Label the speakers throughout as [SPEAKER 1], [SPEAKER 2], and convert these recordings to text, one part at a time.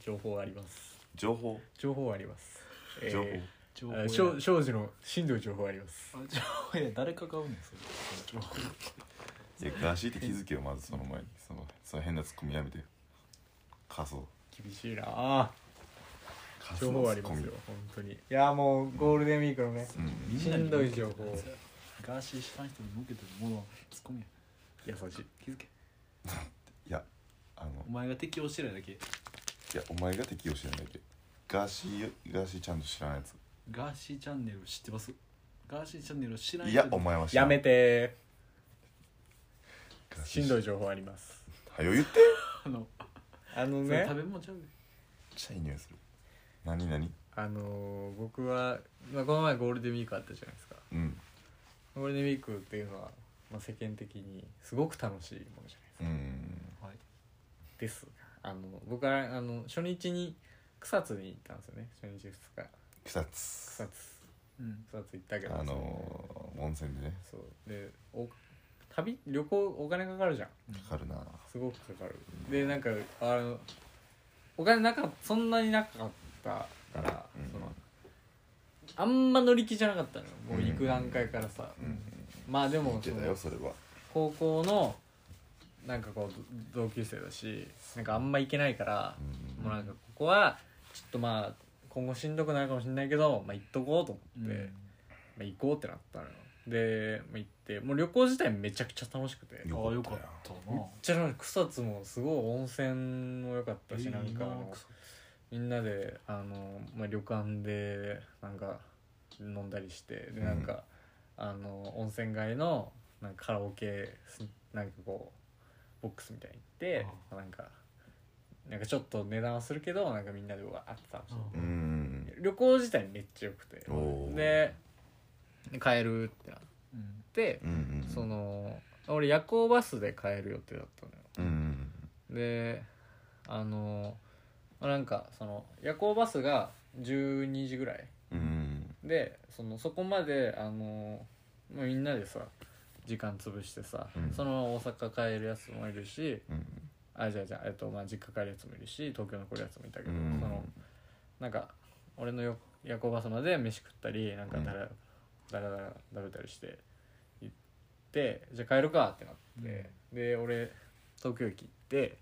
[SPEAKER 1] 情報あります
[SPEAKER 2] 情報
[SPEAKER 1] 情報あります、えー
[SPEAKER 2] 情報、
[SPEAKER 3] 情
[SPEAKER 1] あ少少女のしんどい情報あります
[SPEAKER 3] あ 情報や誰か買うねんそれ情報
[SPEAKER 2] いやガシって気づけよまずその前にそのその変なツッコミやめてよ仮想
[SPEAKER 1] 厳しいなあ
[SPEAKER 2] 仮
[SPEAKER 1] 情報ありますよ本当にいやもうゴールデンウィークのね
[SPEAKER 2] うん
[SPEAKER 1] しんどい情報
[SPEAKER 3] ガーシー知らん人に向けてるものツッコミや
[SPEAKER 1] 優しい
[SPEAKER 3] 気づけ
[SPEAKER 2] いやあの
[SPEAKER 3] お前が適応してないだけ
[SPEAKER 2] いやお前が適用してないだけガーシーガーシーちゃんと知らないやつ
[SPEAKER 3] ガーシーチャンネル知ってますガーシーチャンネル知らん
[SPEAKER 2] い
[SPEAKER 3] 人
[SPEAKER 2] や
[SPEAKER 3] に
[SPEAKER 2] お前は知ら
[SPEAKER 1] や
[SPEAKER 2] ない
[SPEAKER 1] めて
[SPEAKER 2] ガーシ
[SPEAKER 1] し
[SPEAKER 2] ー
[SPEAKER 1] んどい情報あります
[SPEAKER 2] はよ言って
[SPEAKER 3] あの
[SPEAKER 1] あの
[SPEAKER 3] それ
[SPEAKER 1] ね
[SPEAKER 3] 食べ物ちゃうで
[SPEAKER 2] ちゃいい匂いする何何
[SPEAKER 1] あのー僕は、まあ、この前ゴールデンウィークあったじゃないですか
[SPEAKER 2] うん
[SPEAKER 1] ゴールデンウィークっていうのは、まあ、世間的にすごく楽しいものじゃない
[SPEAKER 2] うん
[SPEAKER 3] はい
[SPEAKER 1] ですですあの僕はあの初日に草津に行ったんですよね初日2日
[SPEAKER 2] 草
[SPEAKER 1] 草
[SPEAKER 2] 津
[SPEAKER 1] 津
[SPEAKER 3] うん
[SPEAKER 1] 草津行ったけど
[SPEAKER 2] あのー温泉でね
[SPEAKER 1] そうでお旅旅行お金かかるじゃん
[SPEAKER 2] かかるな
[SPEAKER 1] すごくかかるでなんかあのお金なかそんなになかったから、
[SPEAKER 2] うん
[SPEAKER 1] そのあんま乗り気じゃなかったのよもう行く段階からさ、
[SPEAKER 2] うん
[SPEAKER 1] まあで
[SPEAKER 2] 言
[SPEAKER 1] も
[SPEAKER 2] ってた
[SPEAKER 1] そ
[SPEAKER 2] よ
[SPEAKER 1] の
[SPEAKER 2] それは
[SPEAKER 1] 高校のなんかこうど同級生だしなんかあんま行けないから、
[SPEAKER 2] うん
[SPEAKER 1] もうなんかここはちょっとまあ今後しんどくなるかもしれないけど、まあ、行っとこうと思って、まあ、行こうってなったのよで、まあ、行ってもう旅行自体めちゃくちゃ楽しくて
[SPEAKER 2] よ
[SPEAKER 3] ああよ
[SPEAKER 2] か
[SPEAKER 3] か
[SPEAKER 2] っ
[SPEAKER 3] ったたな
[SPEAKER 1] めっちゃなんか草津もすごい温泉も良かったし、なんかあのみんなであの、まあ、旅館でなんか飲んだりしてでなんか、あの温泉街のなんかカラオケすなんかこうボックスみたいに行って
[SPEAKER 3] あ
[SPEAKER 1] なんかなんかちょっと値段はするけどなんかみんなでわーって楽しんで
[SPEAKER 2] うんうん
[SPEAKER 1] 旅行自体めっちゃ良くて
[SPEAKER 2] おー
[SPEAKER 1] で帰るってなって
[SPEAKER 2] う、んうん
[SPEAKER 1] その俺夜行バスで帰る予定だったのよ
[SPEAKER 2] うんうん
[SPEAKER 1] であのまあなんかその夜行バスが12時ぐらい
[SPEAKER 2] うん
[SPEAKER 1] でそのそこまであの、まあ、みんなでさ時間潰してさ、
[SPEAKER 2] うん
[SPEAKER 1] そのまま大阪帰るやつもいるし
[SPEAKER 2] うん
[SPEAKER 1] あじゃあじゃあ、えっとまあ、実家帰るやつもいるし東京残るやつもいたけ
[SPEAKER 2] う
[SPEAKER 1] ど、
[SPEAKER 2] ん
[SPEAKER 1] そのなんか俺のよ夜行バスまで飯食ったりなんかだら,、だらだら食べたりして行ってじゃあ帰るかってなって、で俺東京駅行って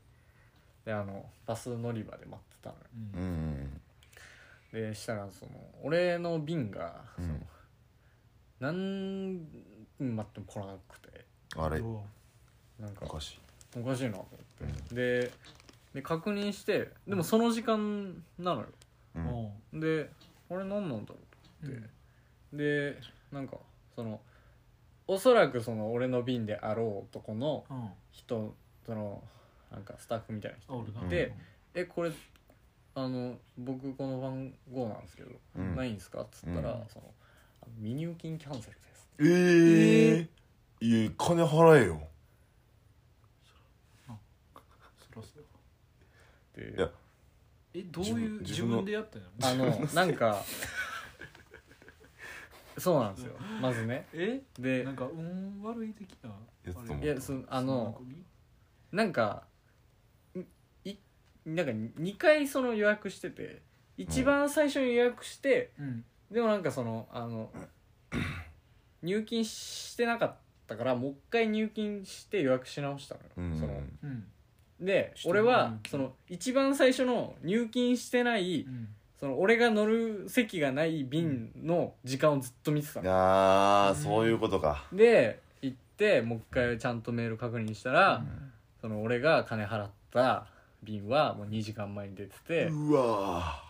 [SPEAKER 1] であのバス乗り場で待ってたのよ
[SPEAKER 2] うんうん
[SPEAKER 1] でしたらその俺の便が、
[SPEAKER 2] うん
[SPEAKER 1] その何分待っても来なくて
[SPEAKER 2] あれ
[SPEAKER 1] なんか
[SPEAKER 2] おかしい
[SPEAKER 1] おかしいなと思ってでで確認してでもその時間なのよ
[SPEAKER 2] うんうん
[SPEAKER 1] であれ何なんだろうって、でなんかそのおそらくその俺の便であろうとこの人そのなんかスタッフみたいな人で「えこれあの僕この番号なんですけど、
[SPEAKER 2] うん
[SPEAKER 1] ないんですか?」っつったら、
[SPEAKER 3] うん
[SPEAKER 1] そのあ「未入金キャンセルです
[SPEAKER 2] えーいや金払えよ」
[SPEAKER 1] って
[SPEAKER 2] いや
[SPEAKER 3] えどういう自分でやったんやろ
[SPEAKER 1] あのなんかそうなんですよまずね
[SPEAKER 3] え
[SPEAKER 1] で
[SPEAKER 3] なんか運悪い的な
[SPEAKER 2] やつと思う
[SPEAKER 3] あ
[SPEAKER 1] い
[SPEAKER 3] れ
[SPEAKER 1] やそのあの
[SPEAKER 3] そ
[SPEAKER 1] なんかいいなんか2回その予約してて一番最初に予約して、
[SPEAKER 3] うん
[SPEAKER 1] でもなんかそのあの入金してなかったからもう一回入金して予約し直したのよ、
[SPEAKER 2] うん
[SPEAKER 1] その
[SPEAKER 3] うん
[SPEAKER 1] で
[SPEAKER 3] して
[SPEAKER 1] 俺は
[SPEAKER 3] 入金
[SPEAKER 1] その一番最初の入金してない、
[SPEAKER 3] うん
[SPEAKER 1] その俺が乗る席がない便の時間をずっと見てたの、
[SPEAKER 2] ああそういうことか
[SPEAKER 1] で行ってもう一回ちゃんとメール確認したら、その俺が金払った便はもう2時間前に出てて、
[SPEAKER 2] うわ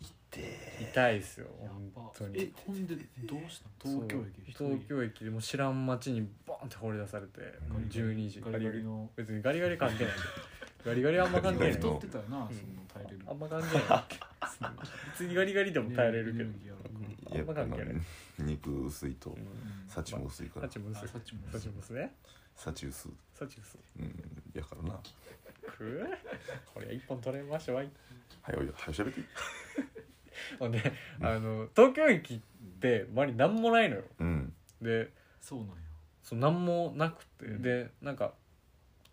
[SPEAKER 2] ーいて
[SPEAKER 1] 痛いですよ
[SPEAKER 3] や
[SPEAKER 1] 本
[SPEAKER 3] ば
[SPEAKER 1] 当
[SPEAKER 3] え
[SPEAKER 1] に
[SPEAKER 3] ほんでどうしたの東京駅一
[SPEAKER 1] そ
[SPEAKER 3] 人
[SPEAKER 1] う東京駅でもう知らん街にボンって放り出されて
[SPEAKER 3] ガリガリ
[SPEAKER 1] 12時
[SPEAKER 3] ガリガリの
[SPEAKER 1] 別にガリガリ関係ないガリガリあんま関係な い
[SPEAKER 2] ガリガリ
[SPEAKER 3] 太
[SPEAKER 2] の
[SPEAKER 3] ってたよな
[SPEAKER 1] うん
[SPEAKER 3] その耐えれる
[SPEAKER 1] あんま関係ない 別にガリガリでも耐えれるけど、
[SPEAKER 3] エネルギーあるから
[SPEAKER 1] あ
[SPEAKER 2] やっ
[SPEAKER 1] んま関
[SPEAKER 2] ぱあの
[SPEAKER 1] 係ない
[SPEAKER 2] 肉薄いと
[SPEAKER 1] うん
[SPEAKER 3] うん
[SPEAKER 2] 幸も薄いから
[SPEAKER 1] サチムス
[SPEAKER 3] あサチモス
[SPEAKER 1] サチムスね
[SPEAKER 2] 幸薄
[SPEAKER 1] サチムス
[SPEAKER 2] うんやからな
[SPEAKER 1] くーこれ一本取れましたわい
[SPEAKER 2] はよはよしゃべって
[SPEAKER 1] ほんであの東京駅って周り何もないのよ
[SPEAKER 2] うん
[SPEAKER 1] で
[SPEAKER 3] そうなんや
[SPEAKER 1] そう何もなくて、
[SPEAKER 3] うん
[SPEAKER 1] でなんか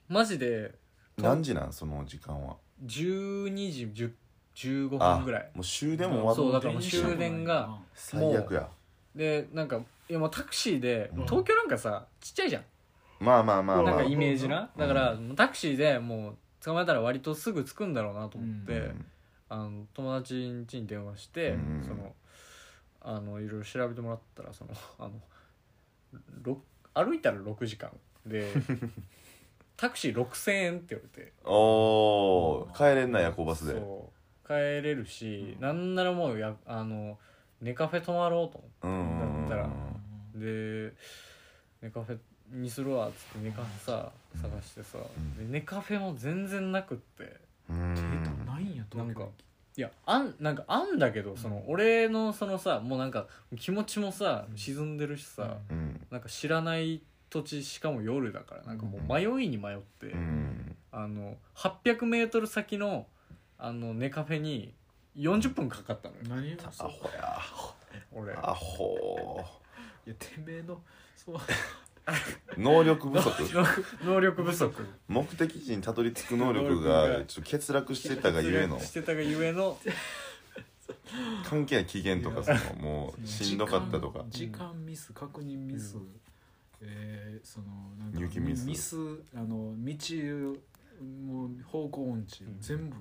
[SPEAKER 1] マジで
[SPEAKER 2] 何時なんその時間は
[SPEAKER 1] 12時10 15
[SPEAKER 2] あ
[SPEAKER 1] 分ぐらい
[SPEAKER 2] もう終電も終
[SPEAKER 1] そう
[SPEAKER 2] わ
[SPEAKER 1] だ
[SPEAKER 2] っ
[SPEAKER 1] からもう終電が
[SPEAKER 2] 最悪や
[SPEAKER 1] でなんかいやもうタクシーで、
[SPEAKER 2] うん
[SPEAKER 1] 東京なんかさちっちゃいじゃん
[SPEAKER 2] まあまあまあま
[SPEAKER 1] なん
[SPEAKER 2] あ
[SPEAKER 1] かイメージな、
[SPEAKER 2] うん
[SPEAKER 1] だからもうタクシーでもう捕まえたら割とすぐ着くんだろうなと思って、
[SPEAKER 2] うん
[SPEAKER 1] あの友達ん家に電話して、
[SPEAKER 2] うん
[SPEAKER 1] そのあのいろいろ調べてもらったらそのあのろ歩いたら6時間で タクシー6000円って言われて
[SPEAKER 2] おー帰れんな夜行バスで
[SPEAKER 1] そう帰れるし、
[SPEAKER 3] うん
[SPEAKER 1] なんならもうやあの寝カフェ泊まろうと思
[SPEAKER 2] うんうんうん
[SPEAKER 1] だったら
[SPEAKER 3] う
[SPEAKER 1] ってで寝カフェにするわっつって寝カフェさ
[SPEAKER 2] うん
[SPEAKER 1] 探してさ、
[SPEAKER 2] ん
[SPEAKER 1] で寝カフェも全然なくって
[SPEAKER 2] うんん
[SPEAKER 3] ないんや東京駅
[SPEAKER 1] なんかいやあんなんかあんだけどその俺のそのさもうなんか気持ちもさ
[SPEAKER 3] うん
[SPEAKER 1] 沈んでるしさ、
[SPEAKER 2] うん
[SPEAKER 1] なんか知らない土地しかも夜だからなんかもう迷いに迷って、
[SPEAKER 2] うん
[SPEAKER 1] あの 800m 先のあの寝カフェに40分かかったのよ
[SPEAKER 3] 何を
[SPEAKER 2] ア
[SPEAKER 3] そう
[SPEAKER 2] ホや
[SPEAKER 1] 俺
[SPEAKER 2] アホ
[SPEAKER 3] いやてめえのそう
[SPEAKER 2] 能力不足
[SPEAKER 1] 能力不足
[SPEAKER 2] 目的地にたどり着く能力がちょっと欠落してたがゆえの
[SPEAKER 1] してたがゆえの
[SPEAKER 2] 関係ない期限とかそのもうしんどかったとか
[SPEAKER 3] 時間時間ミス確認ミス、えーそのなん
[SPEAKER 2] 入
[SPEAKER 3] か
[SPEAKER 2] 金ミス
[SPEAKER 3] あの道もう方向音痴、
[SPEAKER 1] うん
[SPEAKER 3] 全部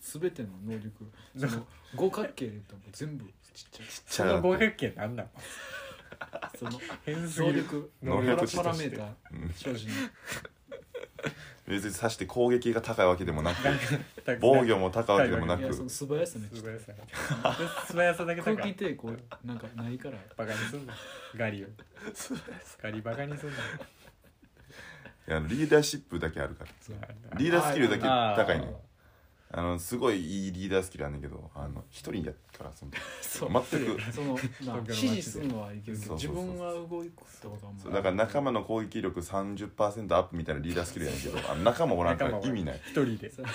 [SPEAKER 3] すべての能力
[SPEAKER 1] な
[SPEAKER 3] その五角形で言ったらもう全部ちっちゃい
[SPEAKER 1] その五百形なんなの
[SPEAKER 3] その
[SPEAKER 1] 変すぎ
[SPEAKER 3] 能
[SPEAKER 1] る
[SPEAKER 3] 力
[SPEAKER 2] 能
[SPEAKER 3] パラ
[SPEAKER 2] 力値
[SPEAKER 3] パ
[SPEAKER 2] と
[SPEAKER 3] ラ
[SPEAKER 2] し
[SPEAKER 3] メ
[SPEAKER 2] て
[SPEAKER 3] ーター
[SPEAKER 2] うん
[SPEAKER 3] 表示
[SPEAKER 2] 別にさして攻撃が高いわけでもなく
[SPEAKER 1] だ
[SPEAKER 2] 防御も高いわけでもな
[SPEAKER 3] にいやそ
[SPEAKER 2] く
[SPEAKER 3] の素早さねち
[SPEAKER 1] 素
[SPEAKER 3] ょっ
[SPEAKER 1] 早
[SPEAKER 3] と
[SPEAKER 1] さ素早さだけだ
[SPEAKER 3] 空
[SPEAKER 1] か
[SPEAKER 3] 気
[SPEAKER 1] ら
[SPEAKER 3] 抵抗なんかないから
[SPEAKER 1] バカにすんなガリをガリバカにすんない
[SPEAKER 2] やリーダーシップだけあるから
[SPEAKER 3] そう
[SPEAKER 2] リーダースキルだけ
[SPEAKER 1] あー
[SPEAKER 2] 高いねあのすごいいいリーダースキルあんねんけどあの一人やからその
[SPEAKER 3] そう
[SPEAKER 2] 全く
[SPEAKER 3] そのま
[SPEAKER 1] 東京の街
[SPEAKER 3] あ
[SPEAKER 1] で
[SPEAKER 3] 指示するのはいいけど
[SPEAKER 2] そうそう
[SPEAKER 3] 自
[SPEAKER 2] そう
[SPEAKER 3] 分は動くってことはも
[SPEAKER 2] そうだから仲間の攻撃力30%アップみたいなリーダースキルやねんけどあの仲間おらんから意味ない
[SPEAKER 1] 一人で
[SPEAKER 3] そう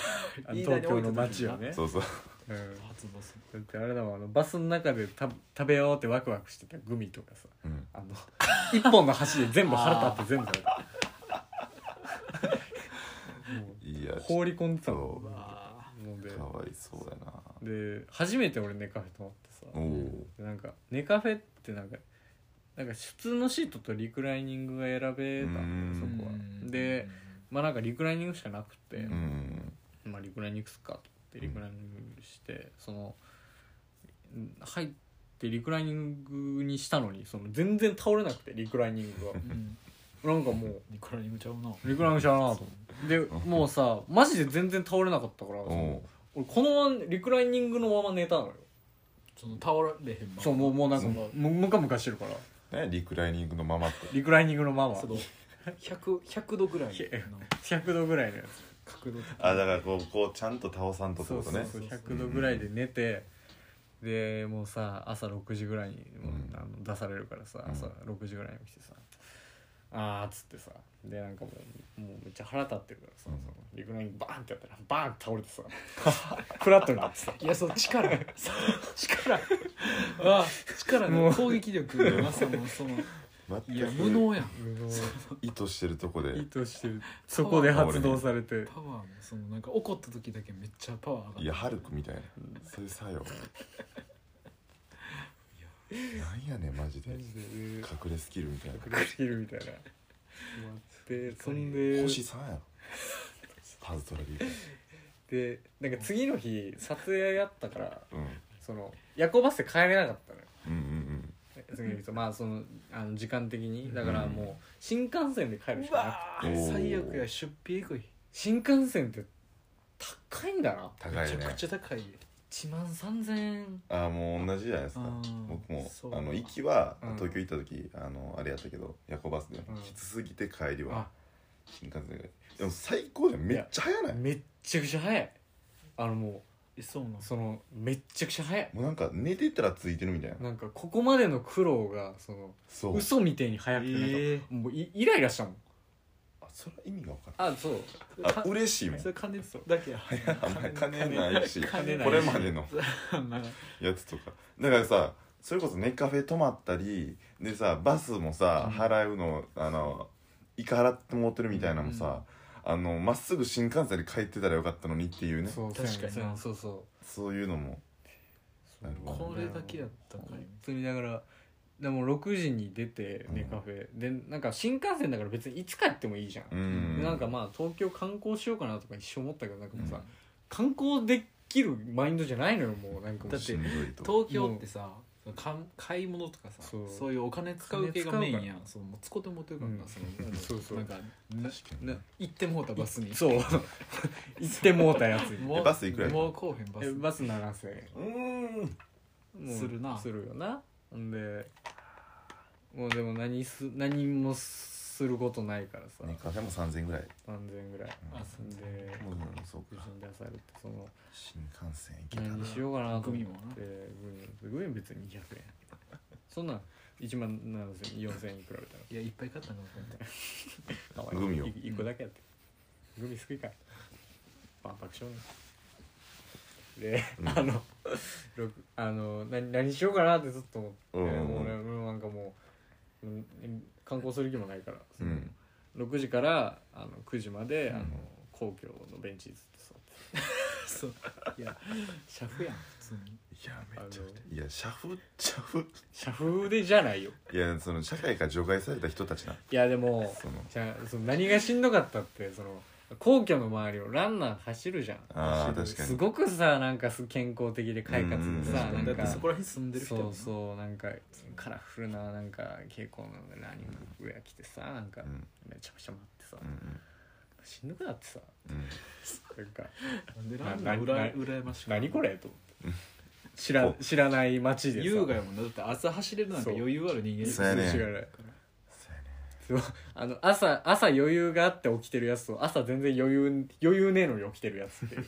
[SPEAKER 1] あの東京の街をね
[SPEAKER 2] そうそう
[SPEAKER 1] うん
[SPEAKER 3] 発動する
[SPEAKER 1] だってあれだもんあのバスの中でた食べようってワクワクしてたグミとかさ
[SPEAKER 2] うん
[SPEAKER 1] あの一本の箸で全部腹立って全部も
[SPEAKER 2] いや
[SPEAKER 1] う放り込んでたの
[SPEAKER 2] そう
[SPEAKER 3] わ
[SPEAKER 1] ので
[SPEAKER 2] かわいそうやな
[SPEAKER 1] で初めて俺寝カフェ泊まってさ
[SPEAKER 2] おお
[SPEAKER 1] でなんか寝カフェってなんかなんか普通のシートとリクライニングが選べたんだよ
[SPEAKER 2] うん
[SPEAKER 1] そこはでまあなんかリクライニングしかなくて、
[SPEAKER 3] う
[SPEAKER 2] うん
[SPEAKER 1] まあ、リクライニングすっかと思ってリクライニングして、そのん入ってリクライニングにしたのにその全然倒れなくてリクライニング
[SPEAKER 3] うん
[SPEAKER 1] がなんかもう
[SPEAKER 3] ニコラにむちゃうな
[SPEAKER 1] リクライニングしたなと思ってでもうさマジで全然倒れなかったから
[SPEAKER 2] お
[SPEAKER 1] その
[SPEAKER 2] お
[SPEAKER 1] 俺このままリクライニングのまま寝たのよ
[SPEAKER 3] その倒れへんまま
[SPEAKER 1] そうもうもうなんか
[SPEAKER 3] そ
[SPEAKER 1] も
[SPEAKER 3] の
[SPEAKER 1] うムカムカしてるから
[SPEAKER 2] ねリクライニングのままって
[SPEAKER 1] リクライニングのまま
[SPEAKER 3] その100 100度ぐらい
[SPEAKER 1] いや
[SPEAKER 3] の
[SPEAKER 1] 100度ぐらいのや
[SPEAKER 3] 角度
[SPEAKER 2] あだからこうこうちゃんと倒さんと
[SPEAKER 1] つ
[SPEAKER 2] って
[SPEAKER 1] そ
[SPEAKER 2] こ
[SPEAKER 1] う
[SPEAKER 2] と
[SPEAKER 1] そう
[SPEAKER 2] ね
[SPEAKER 1] そう100度ぐらいで寝てでもうさ朝6時ぐらいにもう
[SPEAKER 2] うん
[SPEAKER 1] あの出されるからさ
[SPEAKER 2] うん
[SPEAKER 1] 朝6時ぐらいに来てさあーっつってさでなんかもうもうめっちゃ腹立ってるからさ
[SPEAKER 2] うん
[SPEAKER 1] そのリクライニングバーンってやったらバーンって倒れてさ フラットになってさ
[SPEAKER 3] いやそう力そう力あ力
[SPEAKER 1] も
[SPEAKER 3] の
[SPEAKER 1] う
[SPEAKER 3] 攻撃力のなさもその いや
[SPEAKER 2] 全
[SPEAKER 3] 無
[SPEAKER 2] く
[SPEAKER 3] 能やん
[SPEAKER 2] 意図してるとこ
[SPEAKER 1] 意
[SPEAKER 2] で
[SPEAKER 1] 図してるそこで発動されて
[SPEAKER 3] パワーもそのなんか怒った時だけめっちゃパワー上がる
[SPEAKER 2] いやハルクみたいなそういう作用なんやねんマジで
[SPEAKER 1] マジでね
[SPEAKER 2] 隠れスキルみたいな
[SPEAKER 1] 隠れスキルみたいな待ってそんで
[SPEAKER 2] 星3やろパズドラリーグ
[SPEAKER 1] でなんか次の日撮影やったから
[SPEAKER 2] うん
[SPEAKER 1] その夜行バスで帰れなかったのよ
[SPEAKER 2] うんうん
[SPEAKER 1] 次の日とまあそのあの時間的にだからもう新幹線で帰るし
[SPEAKER 3] う
[SPEAKER 1] かなくて
[SPEAKER 3] わ
[SPEAKER 2] お
[SPEAKER 3] ー
[SPEAKER 2] ー
[SPEAKER 3] 最悪や出費えぐい
[SPEAKER 1] 新幹線って高いんだな
[SPEAKER 2] 高
[SPEAKER 3] めち
[SPEAKER 2] い
[SPEAKER 3] ゃ
[SPEAKER 2] ね
[SPEAKER 3] くちゃ高い
[SPEAKER 1] 1万3000円
[SPEAKER 2] ああもう同じじゃないですか
[SPEAKER 3] あー
[SPEAKER 2] 僕も
[SPEAKER 3] そう
[SPEAKER 2] あの行きは
[SPEAKER 1] うん
[SPEAKER 2] 東京行った時あのあれやったけど夜行バスで
[SPEAKER 1] うん
[SPEAKER 2] きつすぎて帰りは
[SPEAKER 1] あ
[SPEAKER 2] 新幹線ででも最高じゃんめっちゃ早ない
[SPEAKER 1] めっちゃくちゃ早いあのも
[SPEAKER 3] えそうなの
[SPEAKER 1] うそのめっちゃくちゃ早い
[SPEAKER 2] もうなんか寝てたらついてるみたいな
[SPEAKER 1] なんかここまでの苦労がその
[SPEAKER 2] そう
[SPEAKER 1] 嘘みてえに早くてなんか、
[SPEAKER 3] え
[SPEAKER 1] もうイイライラしたもん
[SPEAKER 2] あそれは意味が分か
[SPEAKER 1] あそう
[SPEAKER 2] らんあ嬉しいもん
[SPEAKER 3] それ金だけや
[SPEAKER 2] あんまり金ないし
[SPEAKER 3] 金ない
[SPEAKER 2] これまでの
[SPEAKER 3] まあ
[SPEAKER 2] やつとかだからさそれこそネカフェ泊まったりでさバスもさ
[SPEAKER 1] うん
[SPEAKER 2] 払うのあのいか払ってもってるみたいなのもさ、あのまっすぐ新幹線で帰ってたらよかったのにっていうねそう
[SPEAKER 1] そう
[SPEAKER 3] 確かにな
[SPEAKER 1] そうやんそうやんそう
[SPEAKER 2] いうのも
[SPEAKER 1] そう
[SPEAKER 2] なるほど
[SPEAKER 3] これだけやったんかい
[SPEAKER 1] 本当にだからでも6時に出て
[SPEAKER 2] うん
[SPEAKER 1] ネカフェ、でなんか新幹線だから別にいつ帰ってもいいじゃん、
[SPEAKER 2] うん
[SPEAKER 1] でなんかまあ東京観光しようかなとか一生思ったけどなんかもうさ、
[SPEAKER 2] うん
[SPEAKER 1] 観光できるマインドじゃないのよもうなんかもう
[SPEAKER 3] だって
[SPEAKER 2] しんどいと
[SPEAKER 3] 東京ってさそのかん買い物とかさ
[SPEAKER 1] そ
[SPEAKER 3] そうういうお金使う系がメインやんそうもうつこともというかな、
[SPEAKER 1] うん
[SPEAKER 3] その
[SPEAKER 1] そうそう
[SPEAKER 3] なんかな
[SPEAKER 2] 確かに
[SPEAKER 1] な
[SPEAKER 3] 行ってもうたバスに
[SPEAKER 1] そう 行ってもうたやつに
[SPEAKER 3] もう
[SPEAKER 2] えバスいくらやった
[SPEAKER 3] もうこうへんバ
[SPEAKER 1] え
[SPEAKER 3] ス
[SPEAKER 1] バス7000円
[SPEAKER 2] うーん
[SPEAKER 1] もう
[SPEAKER 3] するな
[SPEAKER 1] するよなんでもうでも何す何もすることないからさ
[SPEAKER 2] ネカフェも3000円ぐらい、
[SPEAKER 1] 3000円ぐらい
[SPEAKER 2] うん
[SPEAKER 3] あそ
[SPEAKER 1] で
[SPEAKER 2] もうそう
[SPEAKER 1] 無
[SPEAKER 2] か
[SPEAKER 1] 事に出されてその
[SPEAKER 2] 新幹線行けたな
[SPEAKER 1] 何しようかなと思って
[SPEAKER 3] グミもな
[SPEAKER 1] グミグミ別に200円そんなん1万7000円4000円に比べたら
[SPEAKER 3] いやいっぱい買ったのかなと思っ
[SPEAKER 1] かわいい
[SPEAKER 2] グミを
[SPEAKER 1] い一個だけやってグミ好きかい万博少年で、
[SPEAKER 2] うん
[SPEAKER 1] あのろくあの何何しようかなってずっと思って、
[SPEAKER 2] うんうんうん
[SPEAKER 1] もう俺もうなんかもう、うん、観光する気もないから、
[SPEAKER 2] うん
[SPEAKER 1] 6時からあの9時まで、あ
[SPEAKER 2] う
[SPEAKER 1] の
[SPEAKER 2] ん
[SPEAKER 1] 皇居のベンチにずっと
[SPEAKER 3] てそういやシャフやん普通に
[SPEAKER 2] いやめっちゃくちゃいや社風社
[SPEAKER 1] 座
[SPEAKER 2] 風
[SPEAKER 1] って社風でじゃないよ
[SPEAKER 2] いやその社会から除外された人たちない
[SPEAKER 1] やでも
[SPEAKER 2] その
[SPEAKER 1] じゃあその何がしんどかったってその皇居の周りをランナー走るじゃん
[SPEAKER 2] あー
[SPEAKER 1] 走る
[SPEAKER 2] 確かに
[SPEAKER 1] すごくさなんかす健康的で快活でさ、
[SPEAKER 2] うんうんうん
[SPEAKER 1] な
[SPEAKER 3] だ
[SPEAKER 1] ん
[SPEAKER 3] って
[SPEAKER 1] か
[SPEAKER 3] そこら辺住んでる人
[SPEAKER 1] そう
[SPEAKER 3] う
[SPEAKER 1] そうなんかカラフルななんか蛍光のランニングウェア着てさなんか
[SPEAKER 2] うん
[SPEAKER 1] めちゃめちゃ待ってさ、
[SPEAKER 2] うん
[SPEAKER 1] しんどくなってさ
[SPEAKER 2] うんうん
[SPEAKER 1] なんか
[SPEAKER 3] なんでランナ
[SPEAKER 1] な
[SPEAKER 3] ーうら
[SPEAKER 1] な
[SPEAKER 3] 羨ましくない
[SPEAKER 1] 何これと思って知ら知らない街でさ
[SPEAKER 3] 優雅やもんなだって朝走れるなんか
[SPEAKER 1] そう
[SPEAKER 3] 余裕ある人間
[SPEAKER 2] そうやね
[SPEAKER 1] 知らない
[SPEAKER 2] そうやね
[SPEAKER 1] そうあの朝朝余裕があって起きてるやつと朝全然余裕余裕ねえのに起きてるやつっていう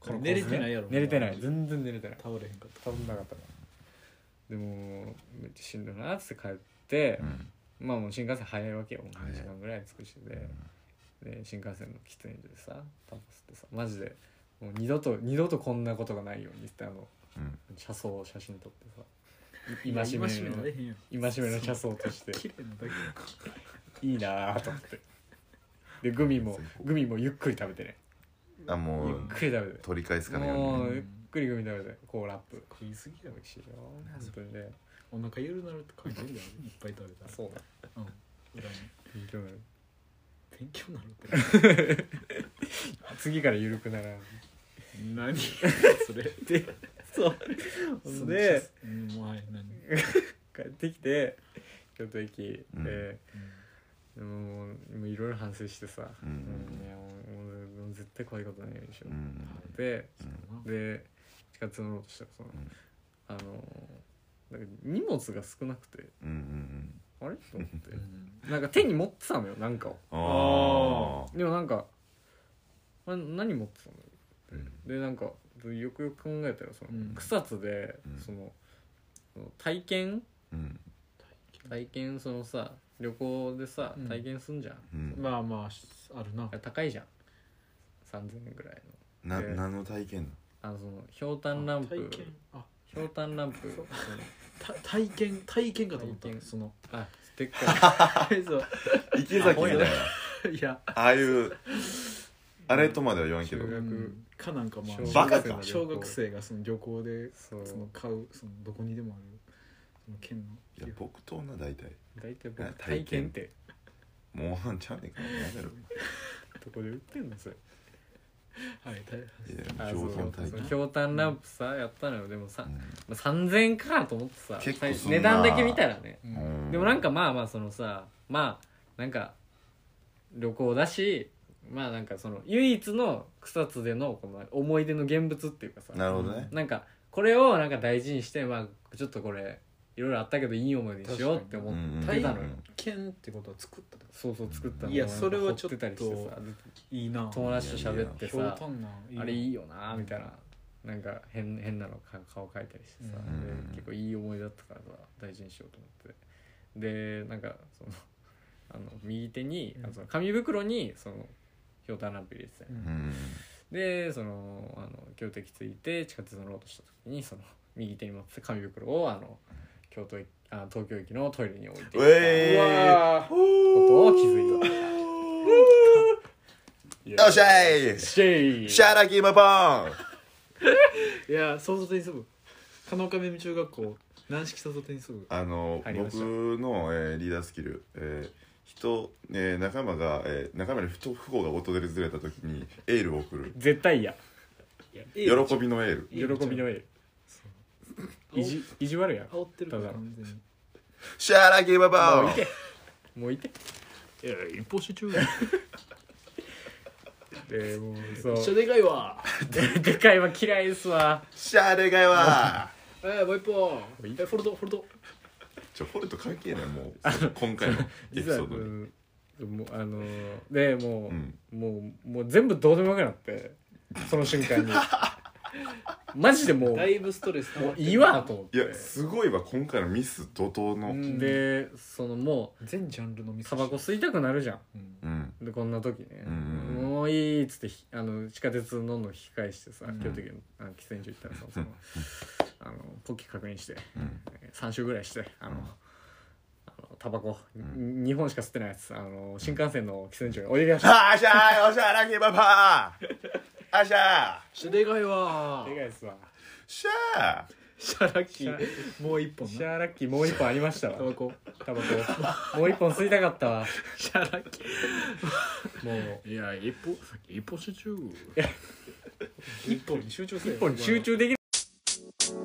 [SPEAKER 3] これ寝れてないやろ
[SPEAKER 1] 寝れてない全然寝れてない
[SPEAKER 3] 倒れへんかっ
[SPEAKER 1] 多分なかったからでもめっちゃしんどいなっつって帰って
[SPEAKER 2] う、ん
[SPEAKER 1] まあもう新幹線早いわけよもう
[SPEAKER 2] 早い
[SPEAKER 1] 2時間ぐらい尽くしてて、で新幹線の喫煙所でさタバコ吸ってさマジでもう二度と二度とこんなことがないようにってあの
[SPEAKER 2] うん
[SPEAKER 1] 車窓を写真撮ってさ
[SPEAKER 3] た
[SPEAKER 1] い戒め
[SPEAKER 3] いや戒められ
[SPEAKER 1] の
[SPEAKER 3] へんよ
[SPEAKER 1] 戒めの車窓として
[SPEAKER 3] 綺麗なだけ
[SPEAKER 1] いいなぁと思ってでグミも
[SPEAKER 2] 最高
[SPEAKER 1] グミもゆっくり食べてね
[SPEAKER 2] あも
[SPEAKER 1] ゆっ
[SPEAKER 2] う
[SPEAKER 1] くり食べて
[SPEAKER 2] 取り返すかないよう
[SPEAKER 1] も
[SPEAKER 2] にね
[SPEAKER 1] うゆっくりグミ食べてこうラップ
[SPEAKER 3] 食いすぎ
[SPEAKER 1] 美
[SPEAKER 3] やろ
[SPEAKER 1] 味しいよ本当にね
[SPEAKER 3] お腹ゆるなるとか出るやろいっぱい食べたら
[SPEAKER 1] そうだ
[SPEAKER 3] うん裏に
[SPEAKER 1] 勉強になる
[SPEAKER 3] 勉強になるって
[SPEAKER 1] 次からゆるくならん
[SPEAKER 3] 何それ
[SPEAKER 1] でそうほんで
[SPEAKER 3] うんもうはい何
[SPEAKER 1] 帰ってきて京都駅
[SPEAKER 2] うん
[SPEAKER 1] で、もうもういろいろ反省してさ、
[SPEAKER 2] うん
[SPEAKER 1] いやもうもう絶対こういうことないようにしよ
[SPEAKER 2] う
[SPEAKER 1] う、
[SPEAKER 2] ん
[SPEAKER 1] で
[SPEAKER 3] うん
[SPEAKER 1] で地下通乗ろうとしたらその、
[SPEAKER 2] うん
[SPEAKER 1] あのーなんか荷物が少なくて
[SPEAKER 2] うんうんうん
[SPEAKER 1] あれと思って
[SPEAKER 3] うん
[SPEAKER 1] なんか手に持ってたのよなんかを
[SPEAKER 2] あ
[SPEAKER 1] でもなんかあれ何持ってたの
[SPEAKER 2] ーうん
[SPEAKER 1] でなんかよくよく考えたらその、
[SPEAKER 3] うん
[SPEAKER 1] 草津で、
[SPEAKER 2] うん
[SPEAKER 1] そのその体験
[SPEAKER 2] うん
[SPEAKER 1] 体験そのさ旅行でさ
[SPEAKER 3] うん
[SPEAKER 1] 体験すんじゃん、
[SPEAKER 2] うん
[SPEAKER 3] まあまあしあるな
[SPEAKER 1] 高いじゃん3000円ぐらいの
[SPEAKER 2] な
[SPEAKER 1] で
[SPEAKER 2] 何の体験
[SPEAKER 1] あのそのひょうたんランプ
[SPEAKER 3] 体験あ
[SPEAKER 1] ひょうたんランプ
[SPEAKER 3] そう
[SPEAKER 1] その
[SPEAKER 3] た体験体験かと思っ
[SPEAKER 1] 体験
[SPEAKER 3] たその
[SPEAKER 1] あでっか
[SPEAKER 3] そ
[SPEAKER 2] 池崎みたいな
[SPEAKER 3] ういや
[SPEAKER 2] ああいうあれとまでは言わんけど
[SPEAKER 1] 修学
[SPEAKER 3] うんかなんかまあ
[SPEAKER 1] 小
[SPEAKER 2] バカか
[SPEAKER 1] 学生
[SPEAKER 3] 小学生がその旅 行で
[SPEAKER 1] いそう
[SPEAKER 3] その買うそのどこにでもあるその県
[SPEAKER 2] いや
[SPEAKER 3] の
[SPEAKER 2] 僕と女大体
[SPEAKER 1] 大体僕
[SPEAKER 2] あ
[SPEAKER 1] 体
[SPEAKER 2] 体
[SPEAKER 1] 験っ
[SPEAKER 2] 験
[SPEAKER 1] て
[SPEAKER 2] もうあんちゃうねんからや めろ
[SPEAKER 1] どこで売ってんのそれ
[SPEAKER 3] はいた
[SPEAKER 2] い
[SPEAKER 1] あ
[SPEAKER 2] や
[SPEAKER 1] そう
[SPEAKER 2] 上等体
[SPEAKER 1] そう
[SPEAKER 2] 験
[SPEAKER 1] ひょうたんランプさやったのよでもさ
[SPEAKER 2] う、ん
[SPEAKER 1] まあ、3000円かと思ってさ
[SPEAKER 2] 結構すんな
[SPEAKER 1] 値段だけ見たらね
[SPEAKER 3] う
[SPEAKER 2] うんん
[SPEAKER 1] でもなんかまあまあそのさまあなんか旅行だしまあなんかその唯一の草津でのこの思い出の現物っていうかさ
[SPEAKER 2] なるほどね
[SPEAKER 1] なんかこれをなんか大事にしてまあちょっとこれいろいろあったけどいい思い出にしようって思
[SPEAKER 2] う
[SPEAKER 1] っ
[SPEAKER 2] んうん
[SPEAKER 1] て
[SPEAKER 3] 体
[SPEAKER 1] たの
[SPEAKER 3] 験
[SPEAKER 1] よ、
[SPEAKER 3] 県ってことは作ったってこ
[SPEAKER 1] そうそう作ったの
[SPEAKER 3] いや
[SPEAKER 1] なんか
[SPEAKER 3] それは
[SPEAKER 1] 掘てたりして
[SPEAKER 3] ちょっ
[SPEAKER 1] さ
[SPEAKER 3] といいな
[SPEAKER 1] 友達と喋って
[SPEAKER 3] ひょう
[SPEAKER 1] さ
[SPEAKER 3] たんな
[SPEAKER 1] あれいいよなみたいななんか変変なのか顔描いたりしてさ、
[SPEAKER 3] うん
[SPEAKER 1] で結構いい思い出だったからさ大事にしようと思ってでなんかその あの右手に、
[SPEAKER 3] うん
[SPEAKER 1] あのその紙袋にそのひょうたんランプ入れてたよ
[SPEAKER 3] うん
[SPEAKER 2] うん
[SPEAKER 1] でそのあの京都駅着いて地下鉄乗ろうとした時にその右手に持ってた紙袋をあの京都駅あ東京駅のトイレに置いていた
[SPEAKER 2] うえー
[SPEAKER 1] わー
[SPEAKER 2] こと
[SPEAKER 1] を気づいた
[SPEAKER 2] よっしゃい
[SPEAKER 1] シェイ
[SPEAKER 2] シャラキーマポン
[SPEAKER 3] いや創造店に住む加納亀中学校軟式創造店に住む
[SPEAKER 2] あの
[SPEAKER 1] 入りま
[SPEAKER 2] 僕
[SPEAKER 1] した
[SPEAKER 2] の、えーリーダースキル、えー人、えー仲間が、えー仲間に不不幸が訪れずれた時にエールを送る
[SPEAKER 1] 絶対嫌
[SPEAKER 3] いや
[SPEAKER 2] 喜びのエール
[SPEAKER 1] 喜びのエール意地意地悪や
[SPEAKER 3] 煽ってるから
[SPEAKER 1] ただ
[SPEAKER 3] 完全に
[SPEAKER 2] シャラキーマ
[SPEAKER 1] もう
[SPEAKER 2] ポ
[SPEAKER 1] い
[SPEAKER 2] ン
[SPEAKER 1] てもういて
[SPEAKER 3] いや一方集中
[SPEAKER 1] でもうそう
[SPEAKER 3] 一緒でかいわ
[SPEAKER 1] ででかいは嫌いですわ
[SPEAKER 2] シャレがいわ
[SPEAKER 3] えー、もう一本
[SPEAKER 1] いい
[SPEAKER 3] えフォルトフォルト
[SPEAKER 2] ちょフォルト関係ないもう今回のエピ
[SPEAKER 1] 実は
[SPEAKER 2] ソ
[SPEAKER 1] う
[SPEAKER 2] ードに
[SPEAKER 1] んもうあのーでも
[SPEAKER 2] うん
[SPEAKER 1] う、もうもう全部どうでもよくなってその瞬間にマジでもう
[SPEAKER 3] だいぶストレス溜ま
[SPEAKER 1] も
[SPEAKER 3] っ
[SPEAKER 1] う
[SPEAKER 3] てる
[SPEAKER 1] いいわと思っ
[SPEAKER 2] い
[SPEAKER 1] て
[SPEAKER 2] やすごいわ今回のミス怒涛の
[SPEAKER 1] んでそのも
[SPEAKER 3] 全ジャンルのミ
[SPEAKER 1] う
[SPEAKER 3] ス
[SPEAKER 1] タバコ吸いたくなるじゃん
[SPEAKER 3] うん
[SPEAKER 2] うん
[SPEAKER 1] でこんな時ね、
[SPEAKER 2] うん
[SPEAKER 1] もういいっつってひあの地下鉄どんどん引き返してさ、
[SPEAKER 3] うん
[SPEAKER 1] 京都駅のあの喫煙所行ったらさそのあのポッキー確認して
[SPEAKER 2] うん
[SPEAKER 1] 3周ぐらいしてあの、
[SPEAKER 2] うん
[SPEAKER 1] あのタバコ、
[SPEAKER 2] ん
[SPEAKER 1] に2本しか吸ってないやつあの新幹線の喫煙所に置いてきま した
[SPEAKER 2] はあしゃーよっしゃーラッキーパパーあしゃー
[SPEAKER 3] 一緒でかいわ
[SPEAKER 1] でかいっすわ
[SPEAKER 2] しゃ
[SPEAKER 3] シャラッキ
[SPEAKER 1] シャラ
[SPEAKER 3] ーもう一本
[SPEAKER 1] シ
[SPEAKER 3] な
[SPEAKER 1] ャーラッキーもう一本ありましたわ
[SPEAKER 3] タバコ
[SPEAKER 1] タバコもう一本吸いたかったわ
[SPEAKER 3] シャラッキ
[SPEAKER 1] もう
[SPEAKER 3] ーいや一歩一歩集中 一本に集中せよ
[SPEAKER 1] 一本に集中できる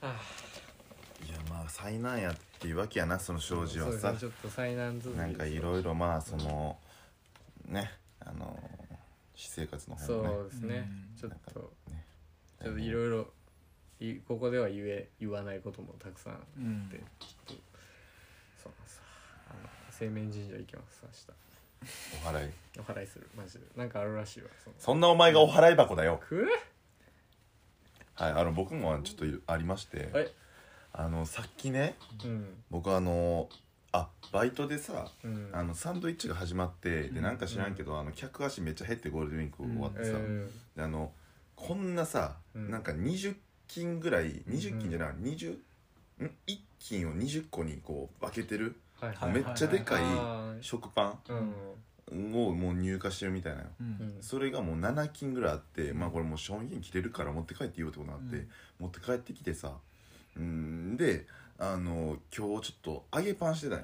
[SPEAKER 2] ーいやまあ災難やっていうわけやなその障子
[SPEAKER 1] そう
[SPEAKER 2] は
[SPEAKER 1] です
[SPEAKER 2] さ
[SPEAKER 1] ねちょっと災難続き
[SPEAKER 2] なんかいろいろまあそのねあの私生活の方
[SPEAKER 1] そ
[SPEAKER 2] もね
[SPEAKER 1] うですねち
[SPEAKER 2] う
[SPEAKER 1] ょ
[SPEAKER 2] ん
[SPEAKER 1] っと
[SPEAKER 2] ね
[SPEAKER 1] ちょっといろいろいここでは言え言わないこともたくさん
[SPEAKER 3] うん
[SPEAKER 1] でそうなんですよあの青面神社行きます
[SPEAKER 2] お払い
[SPEAKER 1] 明日お祓いするマジでなんかあるらしいわその
[SPEAKER 2] そんなお前がお払い箱だよ
[SPEAKER 1] く
[SPEAKER 2] はいあの僕もちょっといありまして
[SPEAKER 1] はい
[SPEAKER 2] あのさっきね
[SPEAKER 1] うん
[SPEAKER 2] 僕あのあバイトでさ
[SPEAKER 1] うん
[SPEAKER 2] あのサンドイッチが始まってで
[SPEAKER 3] うん
[SPEAKER 2] なんか知らんけどあの客足めっちゃ減ってゴールデンウィーク終わって
[SPEAKER 1] え
[SPEAKER 2] さ
[SPEAKER 1] ー
[SPEAKER 2] であのこんなさ
[SPEAKER 1] うん
[SPEAKER 2] なんか20金ぐらい20金じゃない20ん1金を20個にこう分けてる
[SPEAKER 1] はい
[SPEAKER 3] はい
[SPEAKER 2] めっちゃでかい
[SPEAKER 1] あー
[SPEAKER 2] 食パン
[SPEAKER 1] うん
[SPEAKER 2] をもう入荷してるみたいなよ
[SPEAKER 3] う
[SPEAKER 1] うんん
[SPEAKER 2] それがもう7金ぐらいあってまあこれもう賞味期限切れるから持って帰っていいよってことになって、
[SPEAKER 3] うん
[SPEAKER 2] 持って帰ってきてさうんであの今日ちょっと揚げパンしてたよ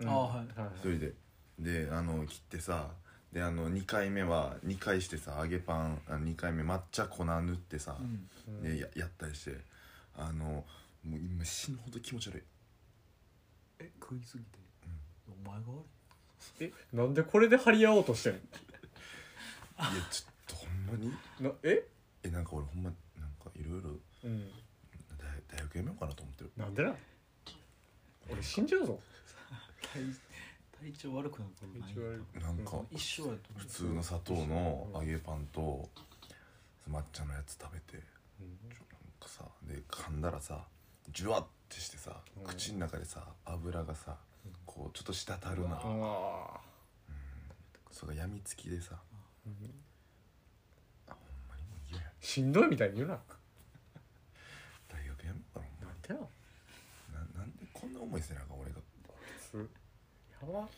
[SPEAKER 1] うん
[SPEAKER 3] あーはい
[SPEAKER 2] 一人でであの切ってさであの2回目は2回してさ揚げパンあの2回目抹茶粉塗ってさ、
[SPEAKER 3] うん
[SPEAKER 1] うん
[SPEAKER 2] でややったりしてあのもう今死ぬほど気持ち悪い
[SPEAKER 3] え食いすぎてお前が悪い
[SPEAKER 1] えなんでこれで張り合おうとしてん
[SPEAKER 2] いやちょっとほんまに
[SPEAKER 1] のなえ
[SPEAKER 2] えなんか俺ほんまなんかいろいろ
[SPEAKER 1] うん
[SPEAKER 2] 大学やめようかなと思ってる
[SPEAKER 1] なんでな俺死んじゃうぞ
[SPEAKER 3] 体体調悪くなることないんだ
[SPEAKER 1] 体調悪
[SPEAKER 2] なんか、
[SPEAKER 1] うん
[SPEAKER 3] 一生やと思う
[SPEAKER 2] 普通の砂糖の揚げパンと抹茶のやつ食べてちょなんかさで噛んだらさジュワッてしてさ
[SPEAKER 1] うん
[SPEAKER 2] 口の中でさ油がさこうちょっと滴るな
[SPEAKER 1] あ
[SPEAKER 2] それが病みつきでさ
[SPEAKER 1] ー
[SPEAKER 2] あほんまにもう嫌や
[SPEAKER 1] しんどいみたいに言うな
[SPEAKER 2] 大学やめようかなほん
[SPEAKER 1] なんでな
[SPEAKER 2] まななんでこんな思いせなあかん俺が
[SPEAKER 1] すやば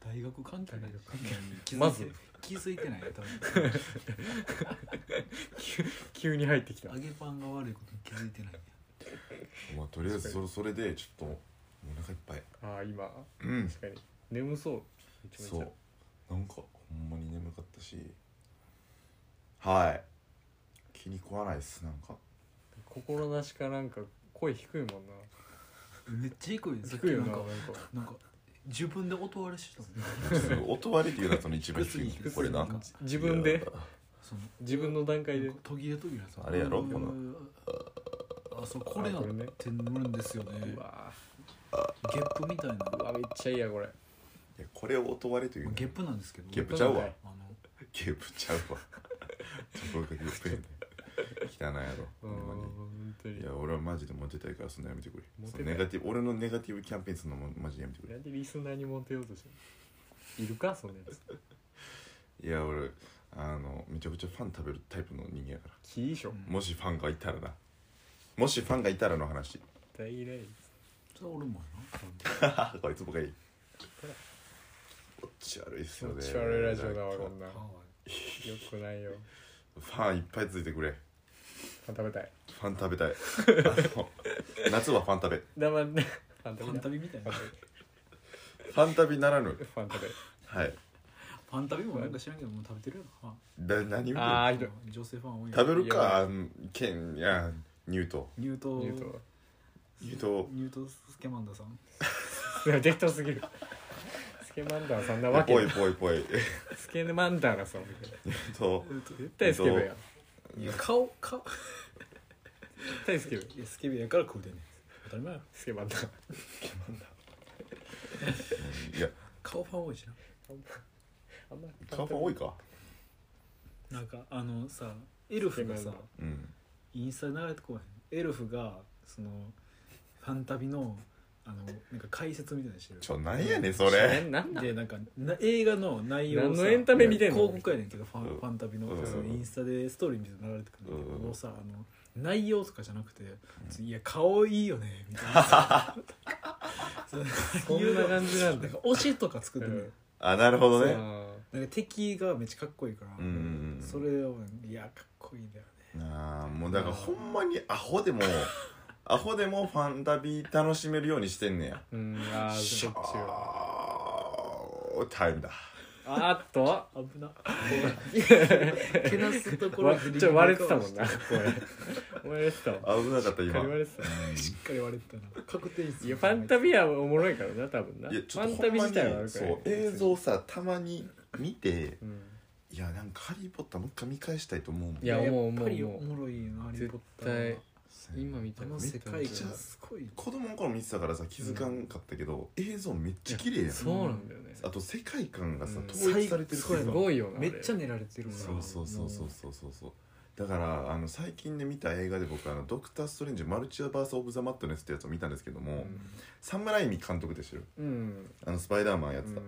[SPEAKER 3] 大学関係ない
[SPEAKER 1] 大学
[SPEAKER 3] 気づいて
[SPEAKER 1] まず
[SPEAKER 3] 気づいてない多分
[SPEAKER 1] 急に入ってきた
[SPEAKER 3] 揚げパンが悪いことに気づいてないんや
[SPEAKER 2] まあとりあえずそれそれでちょっともうお腹いっぱい
[SPEAKER 1] ああ今
[SPEAKER 2] うん
[SPEAKER 1] 確かに眠そうめちゃめちゃ
[SPEAKER 2] そうなんかほんまに眠かったしはい気に食わないっすなんか
[SPEAKER 1] 心なしかなんか声低いもんな
[SPEAKER 3] めっちゃ低いねさっき
[SPEAKER 1] 低いよ
[SPEAKER 3] なん
[SPEAKER 1] ななん
[SPEAKER 3] か
[SPEAKER 1] か
[SPEAKER 3] なんか自分で音割れしてたもんね
[SPEAKER 2] すごい音割れっていうのはその一 番低い
[SPEAKER 3] 低すぎ
[SPEAKER 2] これな
[SPEAKER 3] 低
[SPEAKER 1] 自分で
[SPEAKER 3] その
[SPEAKER 1] 自分の段階で
[SPEAKER 3] なんか途切れ途切れさ
[SPEAKER 2] あれやろ
[SPEAKER 3] うん
[SPEAKER 2] こ
[SPEAKER 3] あそうこれ
[SPEAKER 1] あ
[SPEAKER 3] なっ
[SPEAKER 1] これね
[SPEAKER 3] てなるんですよね
[SPEAKER 1] うわ
[SPEAKER 3] ゲップみたいな
[SPEAKER 1] ーうわめっちゃ嫌これ
[SPEAKER 2] いやこれを音割れという
[SPEAKER 3] まあ
[SPEAKER 2] の
[SPEAKER 3] ゲップなんですけど
[SPEAKER 2] ゲップちゃうわ
[SPEAKER 3] あの
[SPEAKER 2] ゲープちゃうわどこがゲップやねん汚いやろ
[SPEAKER 1] う
[SPEAKER 2] ほ
[SPEAKER 1] ん
[SPEAKER 2] んまに
[SPEAKER 1] 本当に
[SPEAKER 2] いや俺はマジでモテたいからそんなやめてくれ
[SPEAKER 1] モ
[SPEAKER 2] そ
[SPEAKER 1] テたい
[SPEAKER 2] のネガティブ俺のネガティブキャンペーンするのもマジでやめてくれ
[SPEAKER 1] なんでリスナーにモテようとしてるいるかそんなやつ
[SPEAKER 2] いや俺あのめちゃくちゃファン食べるタイプの人間やから
[SPEAKER 1] キーショ
[SPEAKER 2] もしファンがいたらなもしファンがいたらの話
[SPEAKER 1] 大嫌い
[SPEAKER 3] それは俺もや
[SPEAKER 2] こいつばかり気持ち悪いっす
[SPEAKER 1] 気
[SPEAKER 2] よ
[SPEAKER 1] 持
[SPEAKER 2] ね
[SPEAKER 1] ち悪いラジオだわこんな
[SPEAKER 3] な
[SPEAKER 1] よ
[SPEAKER 3] パ
[SPEAKER 1] くないよ
[SPEAKER 2] ファ
[SPEAKER 3] ンは
[SPEAKER 2] ンいっぱいついてくれ
[SPEAKER 1] パン食べたい
[SPEAKER 2] ファン食 べたいあの夏はファン食べ
[SPEAKER 1] だま パン
[SPEAKER 3] パ
[SPEAKER 1] 食
[SPEAKER 3] ン
[SPEAKER 1] べたい
[SPEAKER 3] 旅みたいな
[SPEAKER 2] ファン旅ならぬ
[SPEAKER 1] パン食べ
[SPEAKER 2] はい
[SPEAKER 3] パン旅もなんか知らんけどもう食べてるやろファン
[SPEAKER 2] だ何を
[SPEAKER 1] あーひどい
[SPEAKER 3] 女性ファン多いよ
[SPEAKER 2] 食べる
[SPEAKER 1] いや
[SPEAKER 2] かあんケンやニュート
[SPEAKER 3] ニュート
[SPEAKER 1] 言うと
[SPEAKER 2] ニュート
[SPEAKER 3] ニュートスケマンダさん
[SPEAKER 1] いや適当すぎる スケマンダーそんなわけ
[SPEAKER 2] ぽ
[SPEAKER 1] ないい
[SPEAKER 2] ぽいぽい
[SPEAKER 1] スケマンダーがさ
[SPEAKER 2] えっと
[SPEAKER 1] 絶対スケベやん
[SPEAKER 3] いや顔顔
[SPEAKER 1] 絶対スケベ
[SPEAKER 3] いやスケベやから食うてんねん当たり前やろ
[SPEAKER 1] スケマンダー
[SPEAKER 2] いや
[SPEAKER 3] 顔ファン多いしな
[SPEAKER 1] あんま
[SPEAKER 2] カンファン多いか
[SPEAKER 3] なんかあのさエルフがさ
[SPEAKER 2] うん
[SPEAKER 3] インスタで流れてこうへんエルフがそのファン旅のあのなんか解説みたいなのしてる
[SPEAKER 2] ちょなんやねんそ
[SPEAKER 1] え
[SPEAKER 2] れ
[SPEAKER 1] なんなん
[SPEAKER 3] でなんかな映画の内容をさ
[SPEAKER 1] 何のエンタメ見てんの
[SPEAKER 3] 広告やねんけどファン,、
[SPEAKER 2] うん
[SPEAKER 3] ファン旅の,、
[SPEAKER 2] うん
[SPEAKER 3] そのインスタでストーリーみたいなの流れてくるんだけど、
[SPEAKER 2] うん
[SPEAKER 3] もうさあの内容とかじゃなくて「いや顔いいよね」みたいなさそう
[SPEAKER 1] そんな感じなんだ
[SPEAKER 3] なんか推しとか作ってる、
[SPEAKER 1] うん
[SPEAKER 2] あなるほどね
[SPEAKER 1] うん
[SPEAKER 3] なんか敵がめっちゃかっこいいから、
[SPEAKER 2] うんうんうん
[SPEAKER 3] それをいやかっこいいんだよね
[SPEAKER 2] あーもうだからほんまにア ホでもアホでもファン旅楽しめるようにしてんねや
[SPEAKER 1] うんあー
[SPEAKER 2] シ
[SPEAKER 1] しょ
[SPEAKER 2] ョ
[SPEAKER 1] っちゅう
[SPEAKER 2] ータイムだ
[SPEAKER 1] あっと
[SPEAKER 3] 危な けなすところ
[SPEAKER 1] わ
[SPEAKER 3] ギリギリ
[SPEAKER 1] ちょ割れてたもんな声割れてたもん
[SPEAKER 2] 危なかった
[SPEAKER 1] しっかり
[SPEAKER 2] 今
[SPEAKER 1] 割れてた
[SPEAKER 3] しっかり割れてたな確定室
[SPEAKER 1] いやファンタビはおもろいからな多分な
[SPEAKER 2] うんい
[SPEAKER 1] フ
[SPEAKER 2] やちょ
[SPEAKER 1] ァ
[SPEAKER 2] っと
[SPEAKER 1] ン
[SPEAKER 2] ほ
[SPEAKER 1] タ
[SPEAKER 2] ん
[SPEAKER 1] ビ
[SPEAKER 2] ま
[SPEAKER 1] 自
[SPEAKER 2] に
[SPEAKER 1] 体はあるから
[SPEAKER 2] そう映像さたまに見て
[SPEAKER 1] うん
[SPEAKER 2] いやなんか「ハリー・ポッター」もう一回見返したいと思うもん
[SPEAKER 1] いや思う
[SPEAKER 3] やっぱり
[SPEAKER 1] 思う
[SPEAKER 3] おもろいなハリー・ポッターは
[SPEAKER 1] 絶今見た
[SPEAKER 3] あ
[SPEAKER 1] ら
[SPEAKER 3] の
[SPEAKER 1] めっ
[SPEAKER 3] 世
[SPEAKER 1] ちゃ
[SPEAKER 3] 界
[SPEAKER 1] 面
[SPEAKER 3] が
[SPEAKER 1] 白い
[SPEAKER 3] すごい
[SPEAKER 2] 子供の頃見てたからさ気づかんかったけど、映像めっちゃ綺麗やん
[SPEAKER 1] そうなんだよね
[SPEAKER 2] あと世界観がさ、
[SPEAKER 1] うん
[SPEAKER 2] 統一されてるって
[SPEAKER 3] そう
[SPEAKER 2] いう
[SPEAKER 3] や
[SPEAKER 1] す
[SPEAKER 3] な
[SPEAKER 2] か
[SPEAKER 1] ごいよなあ
[SPEAKER 3] め
[SPEAKER 1] れ
[SPEAKER 3] っちゃ練られてるから
[SPEAKER 2] そうそうそうそうそうそうそうだからあの最近で見た映画で僕あの「ドクター・ストレンジマルチアバース・オブ・ザ・マットネス」ってやつを見たんですけども、
[SPEAKER 1] うん
[SPEAKER 2] サムライミ監督でしてる
[SPEAKER 1] うん
[SPEAKER 2] あのスパイダーマンや
[SPEAKER 1] う
[SPEAKER 2] って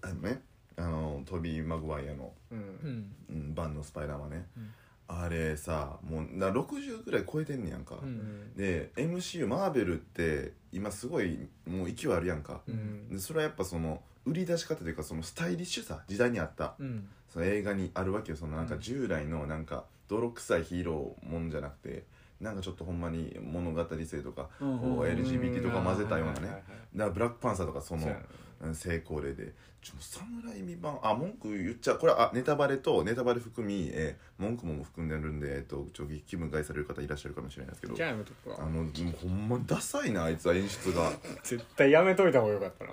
[SPEAKER 2] た、
[SPEAKER 1] ん
[SPEAKER 2] あのねあのトビー・マグワイアの、
[SPEAKER 1] う
[SPEAKER 3] うんん
[SPEAKER 2] うん、版のスパイダーマンね、
[SPEAKER 3] うん
[SPEAKER 2] あれさもうな60ぐらい超えてんねやんか、
[SPEAKER 3] うん
[SPEAKER 2] で MCU マーベルって今すごいもう勢いあるやんか、
[SPEAKER 1] うん
[SPEAKER 2] でそれはやっぱその売り出し方というかそのスタイリッシュさ時代にあった
[SPEAKER 3] うん
[SPEAKER 2] その映画にあるわけよそのなんか
[SPEAKER 3] うん
[SPEAKER 2] 従来のなんか泥臭いヒーローもんじゃなくてなんかちょっとほんまに物語性とか
[SPEAKER 3] うん
[SPEAKER 2] こう
[SPEAKER 3] うん
[SPEAKER 2] LGBT とか混ぜたようなね
[SPEAKER 1] んはいはいはい
[SPEAKER 2] だからブラックパンサーとかそ
[SPEAKER 1] そう
[SPEAKER 2] の
[SPEAKER 1] やな
[SPEAKER 2] うん成功例でちょ侍未満あ文句言っちゃうこれはあネタバレとネタバレ含み、えー文句も含んでるんで、えっと、ちょっと気分害される方いらっしゃるかもしれないですけど
[SPEAKER 1] じゃあやめとく
[SPEAKER 2] あ
[SPEAKER 1] わ
[SPEAKER 2] のでもほんまダサいなあいつは演出が
[SPEAKER 1] 絶対やめといた方がよかったな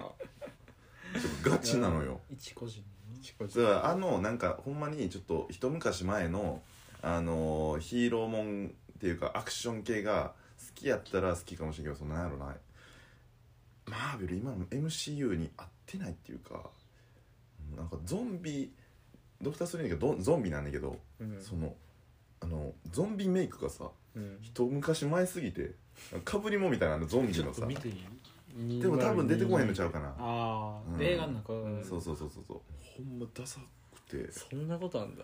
[SPEAKER 2] ガチなのよ
[SPEAKER 3] 一個人
[SPEAKER 1] チコチ
[SPEAKER 2] 実はあのなんかほんまにちょっと一昔前のあのーヒーローもんっていうかアクション系が好きやったら好きかもしれんけどそのなんやろなマーベル今の MCU に合ってないっていうかなんかゾンビドクター・ストレンジがどゾンビなんだけど、
[SPEAKER 1] うん
[SPEAKER 2] そのあのゾンビメイクがさ
[SPEAKER 1] うん
[SPEAKER 2] 一昔前すぎてかぶりもみたいなあのゾンビのさ
[SPEAKER 3] ていい
[SPEAKER 2] でも多分出てこへんのちゃうかな
[SPEAKER 3] ああ、
[SPEAKER 2] うん
[SPEAKER 3] 映画の中、
[SPEAKER 1] うん
[SPEAKER 2] そうそうそうそうそうほんまダサくて
[SPEAKER 1] そんなことあんだ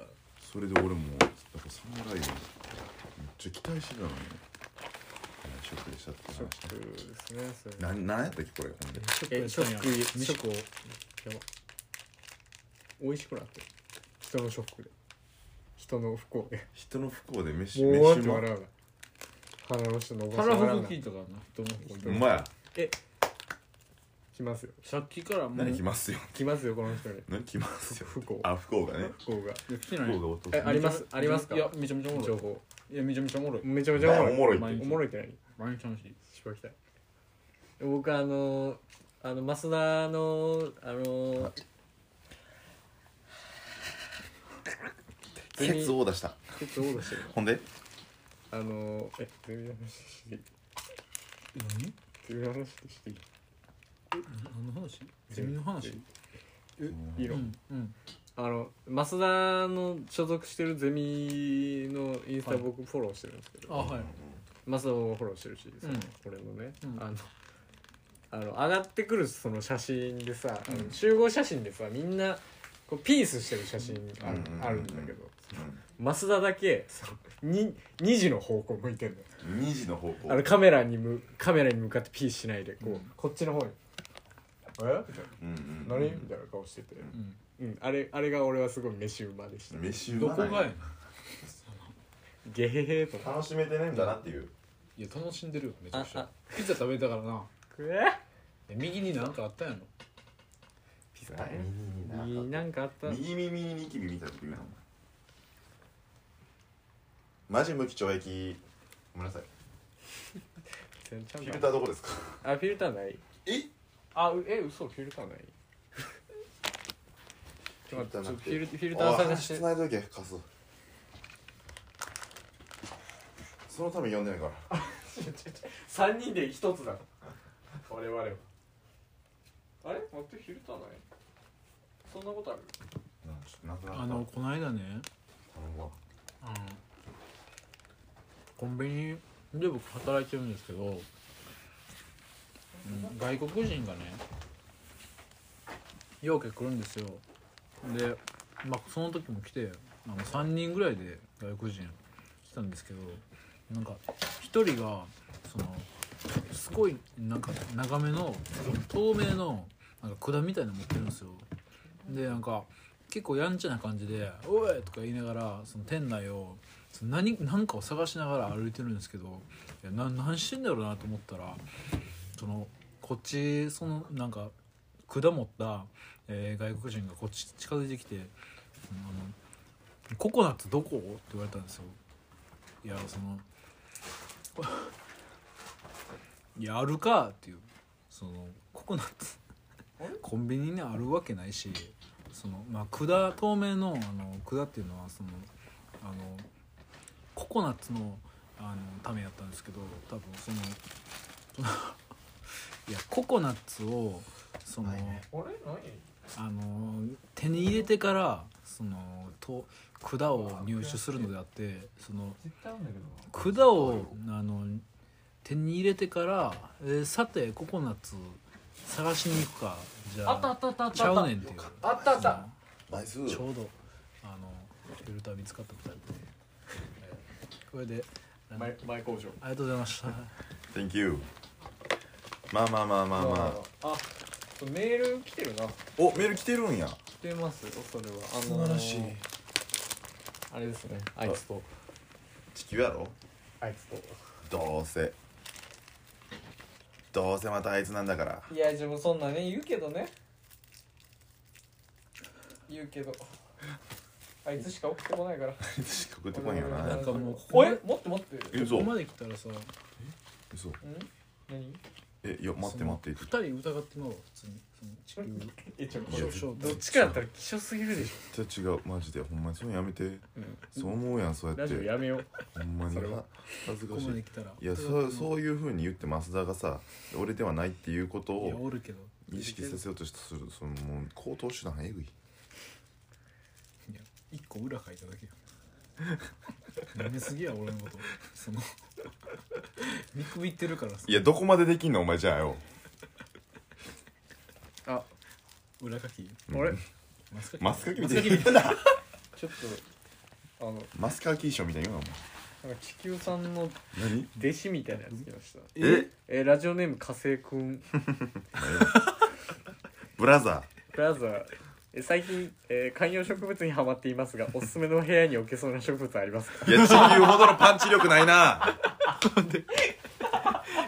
[SPEAKER 2] それで俺もやっぱサムライめっちゃ期待してたのにいやショックでしたって
[SPEAKER 1] ショ
[SPEAKER 2] 話
[SPEAKER 1] ックですねそれ
[SPEAKER 2] ななんやったっけこれほんで
[SPEAKER 3] ショックや
[SPEAKER 1] えショ
[SPEAKER 3] ったんや
[SPEAKER 1] ック
[SPEAKER 3] 飯
[SPEAKER 1] ショッ
[SPEAKER 3] 食
[SPEAKER 1] クをやば美味しくなってる人のショックで人の不幸で
[SPEAKER 2] 人の不幸で飯
[SPEAKER 1] もうわっ
[SPEAKER 2] 飯
[SPEAKER 1] て
[SPEAKER 2] も
[SPEAKER 1] 笑うな鼻の下伸ばして
[SPEAKER 3] 腹
[SPEAKER 1] 笑うな
[SPEAKER 3] 腹筋とかな人の方
[SPEAKER 2] う
[SPEAKER 3] がいい
[SPEAKER 2] まや
[SPEAKER 1] 来ますよ
[SPEAKER 3] さっきからもう
[SPEAKER 2] 何来ますよ
[SPEAKER 1] 来ますよこの人に
[SPEAKER 2] 何来ますよ
[SPEAKER 1] 不幸
[SPEAKER 2] あ不幸がね
[SPEAKER 1] 不幸が
[SPEAKER 3] いや来て
[SPEAKER 2] 不
[SPEAKER 3] ない
[SPEAKER 2] 幸がお父
[SPEAKER 1] え
[SPEAKER 2] さ
[SPEAKER 1] あ
[SPEAKER 2] ん
[SPEAKER 1] りますありますか
[SPEAKER 3] いやめちゃめちゃおもろ
[SPEAKER 1] 情
[SPEAKER 3] い
[SPEAKER 1] 報
[SPEAKER 3] いやめちゃめちゃおもろい
[SPEAKER 1] めちゃめちゃお
[SPEAKER 2] お
[SPEAKER 1] も
[SPEAKER 2] も
[SPEAKER 1] ろ
[SPEAKER 2] ろ
[SPEAKER 1] い
[SPEAKER 2] いって
[SPEAKER 1] おもろいって何
[SPEAKER 3] 毎日楽しい
[SPEAKER 1] 一番来たい僕あのあの増田のあの
[SPEAKER 2] ケツを出した
[SPEAKER 1] ケツオーダーしてる
[SPEAKER 2] ほんで
[SPEAKER 1] あのえゼミの話していい
[SPEAKER 3] 何
[SPEAKER 1] ゼミの話していい
[SPEAKER 3] え何の話ゼミの話
[SPEAKER 1] いいの
[SPEAKER 3] うんうん
[SPEAKER 1] あの増田の所属してるゼミのインスタ
[SPEAKER 3] はい
[SPEAKER 1] 僕フォローしてるんですけど、
[SPEAKER 3] あはい
[SPEAKER 1] 増田もフォローしてるし、その
[SPEAKER 3] うん
[SPEAKER 1] 俺のね、
[SPEAKER 3] うん
[SPEAKER 1] あのあの上がってくるその写真でさ、あの
[SPEAKER 3] うん
[SPEAKER 1] 集合写真でさみんなこうピースしてる写真ある,、
[SPEAKER 2] うんうんうんうん
[SPEAKER 1] あるんだけど増田だけそのに2時の方向向いてるのよ
[SPEAKER 2] うん2時の方向
[SPEAKER 1] あのカメラにむカメラに向かってピースしないでこう、
[SPEAKER 3] うん
[SPEAKER 1] こっちの方に「えみたい
[SPEAKER 2] うんうん
[SPEAKER 1] な「何?」みたいな顔してて、
[SPEAKER 3] う
[SPEAKER 1] う
[SPEAKER 3] ん
[SPEAKER 1] ん、あれあれが俺はすごい飯うまでした
[SPEAKER 2] 飯う
[SPEAKER 3] ど
[SPEAKER 2] ま
[SPEAKER 3] こが
[SPEAKER 2] な
[SPEAKER 3] や
[SPEAKER 2] い
[SPEAKER 3] ねん
[SPEAKER 1] ゲヘヘとか
[SPEAKER 2] 楽しめてねんだなっていう
[SPEAKER 3] いや楽しんでるよめちゃくち
[SPEAKER 1] あ
[SPEAKER 3] ゃピザ食べたからな
[SPEAKER 1] くえ
[SPEAKER 3] え右になんかあったんやろ
[SPEAKER 1] ピザねいいなんかあった
[SPEAKER 2] 右耳にニキビ見た時なマジ無期懲役ごめんなさい
[SPEAKER 1] 全然ちゃ
[SPEAKER 2] フ
[SPEAKER 1] ん
[SPEAKER 2] ィ
[SPEAKER 1] と
[SPEAKER 2] ルターどこですか
[SPEAKER 1] あフィルターない
[SPEAKER 2] え
[SPEAKER 1] あうえ嘘フィルターないちょっと待ってちょっとフィルフィルター探し
[SPEAKER 2] おい話つ
[SPEAKER 1] て
[SPEAKER 2] ないといて貸すそのために呼んでないから
[SPEAKER 1] 3人で一つだ 我々はあれ待ってフィルターないそんなことある
[SPEAKER 2] なんかちょっとなくなった
[SPEAKER 3] あのこの間ね
[SPEAKER 2] 頼むわ
[SPEAKER 3] あのコンビニで僕働いてるんですけど、うん外国人がねようけ来るんですよで、まあ、その時も来てあの3人ぐらいで外国人来たんですけどなんか1人がそのすごいなんか長めの透明のなんか管みたいなの持ってるんですよでなんか結構やんちゃな感じで「おい!」とか言いながらその店内をその何何かを探しながら歩いてるんですけどいやな何してんだろうなと思ったらそのこっちそのなんか管持った、えー外国人がこっち近づいてきて「あのココナッツどこ?」って言われたんですよ。いやその「いやあるか」っていうそのココナッツコンビニにあるわけないしそのまあ管透明のあの管っていうのはそのあのココナッツのあのためやったんですけど多分その そのいやココナッツをその、
[SPEAKER 2] ないね
[SPEAKER 1] あれ何
[SPEAKER 3] あの手に入れてからそのと管を入手するのであってその
[SPEAKER 1] 絶対あるんだけど
[SPEAKER 3] 管をあの手に入れてから、えーさてココナッツ探しに行くかじゃあ
[SPEAKER 1] あったあったあったあった
[SPEAKER 3] ちゃうねんっていう
[SPEAKER 1] あったあった
[SPEAKER 2] ナイス
[SPEAKER 3] ちょうどあのフィルター見つかった2人でこれであのあ
[SPEAKER 1] 前前工場
[SPEAKER 3] りがとうございました
[SPEAKER 2] Thank you まあまあまあまあまあ
[SPEAKER 1] あそうメール来てるな
[SPEAKER 2] おメール来てるんや
[SPEAKER 1] 来てますよそれはあ
[SPEAKER 2] 素
[SPEAKER 1] のー
[SPEAKER 2] 晴らしい
[SPEAKER 1] あれですねあいつと
[SPEAKER 2] 地球やろ
[SPEAKER 1] あいつと
[SPEAKER 2] どうせどうせまたあいつなんだから
[SPEAKER 1] いや自分そんなね言うけどね言うけどあいつしか起きてこないから
[SPEAKER 2] あいつしか送ってこんよ
[SPEAKER 3] な
[SPEAKER 2] なん
[SPEAKER 3] かもう
[SPEAKER 1] おえ待って待って
[SPEAKER 2] え
[SPEAKER 3] こ
[SPEAKER 2] 嘘
[SPEAKER 3] こまで来たらさ
[SPEAKER 2] 嘘
[SPEAKER 1] うん何
[SPEAKER 2] えいや待って待って
[SPEAKER 3] その二人疑ってまうわ普通にその地
[SPEAKER 1] えちょ
[SPEAKER 2] いや
[SPEAKER 1] こ
[SPEAKER 3] 球
[SPEAKER 1] れどっちかだったら希少すぎるでしょ
[SPEAKER 2] 絶対違うマジでほんまにそういうのやめて
[SPEAKER 1] うん
[SPEAKER 2] そう思うやんそうや
[SPEAKER 1] ラ
[SPEAKER 2] っ
[SPEAKER 1] ジオ
[SPEAKER 2] て
[SPEAKER 1] やめよう
[SPEAKER 2] ほんまに
[SPEAKER 1] それは
[SPEAKER 2] 恥ず
[SPEAKER 3] こ
[SPEAKER 2] か
[SPEAKER 3] こ
[SPEAKER 2] し
[SPEAKER 3] まで
[SPEAKER 2] い
[SPEAKER 3] 来たら
[SPEAKER 2] いやそう
[SPEAKER 3] う
[SPEAKER 2] そういうふうに言って増田がさ俺ではないっていうこと
[SPEAKER 3] いや
[SPEAKER 2] を
[SPEAKER 3] おるけど
[SPEAKER 2] 意識させようとするそのもう口頭手段えぐい
[SPEAKER 3] いや一個裏書いただけや舐めすぎや俺のことその見くびってるからさ
[SPEAKER 2] いやどこまでできんのお前じゃあよ
[SPEAKER 1] あ
[SPEAKER 3] 裏書き
[SPEAKER 1] あれ
[SPEAKER 3] マスカ
[SPEAKER 2] マスカキみた
[SPEAKER 1] マ
[SPEAKER 2] い
[SPEAKER 1] スカキ
[SPEAKER 2] に言うな
[SPEAKER 1] ちょっとあの
[SPEAKER 2] マスカキー賞みたいに言うな
[SPEAKER 1] なんか地球さんの
[SPEAKER 2] お前何
[SPEAKER 1] 弟子みたいなやつ来ました
[SPEAKER 2] え
[SPEAKER 1] えラジオネーム火星くん
[SPEAKER 2] ブラザ
[SPEAKER 1] ブラザーえ最近、えー観葉植物にはまっていますがおすすめの部屋に置けそうな植物ありますか
[SPEAKER 2] ーいや地球ほどのパンチ力ないな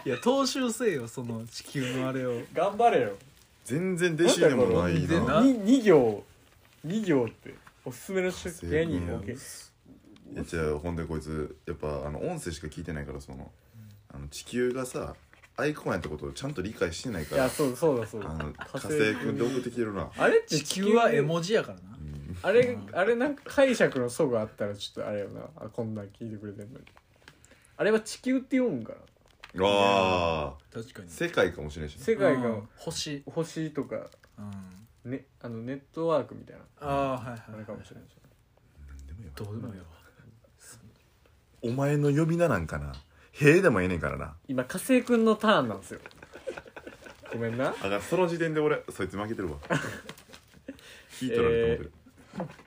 [SPEAKER 3] いや踏襲せよその地球のあれを
[SPEAKER 1] 頑張れよ
[SPEAKER 2] 全然弟子でもない
[SPEAKER 3] なんだこれ全然
[SPEAKER 2] な
[SPEAKER 3] な
[SPEAKER 1] に2行2行っておすすめのし部屋に置け
[SPEAKER 2] いやじゃあほんでこいつやっぱあの音声しか聞いてないからそのあの地球がさアイコンやってことをちゃんと理解してない
[SPEAKER 1] い
[SPEAKER 2] か
[SPEAKER 1] や
[SPEAKER 2] ら
[SPEAKER 1] そうそうだそう
[SPEAKER 2] あ
[SPEAKER 1] だ
[SPEAKER 2] の火
[SPEAKER 1] 星
[SPEAKER 2] 星君で送ってきてるな
[SPEAKER 1] あれって
[SPEAKER 3] 地球は絵文字やからな
[SPEAKER 2] うん
[SPEAKER 1] あれあれなんか解釈の齟齬あったらちょっとあれよなあこんなん聞いてくれてんのにあれは地球って読むんかな
[SPEAKER 2] ああ
[SPEAKER 3] 確かに
[SPEAKER 2] 世界かもしれんしな
[SPEAKER 1] 世界が
[SPEAKER 3] うん星
[SPEAKER 1] 星とか
[SPEAKER 3] うん
[SPEAKER 1] ね、あのネットワークみたいな
[SPEAKER 3] ああはいはい
[SPEAKER 1] あれかもしれないですよね
[SPEAKER 2] 何でもいいわ
[SPEAKER 3] どうでもいいわ
[SPEAKER 2] お前の呼び名なんかなへえでもええねんからな
[SPEAKER 1] 今火星くんのターンなんですよごめんな
[SPEAKER 2] あだからその時点で俺そいつ負けて るわ聞いとられると思ってる、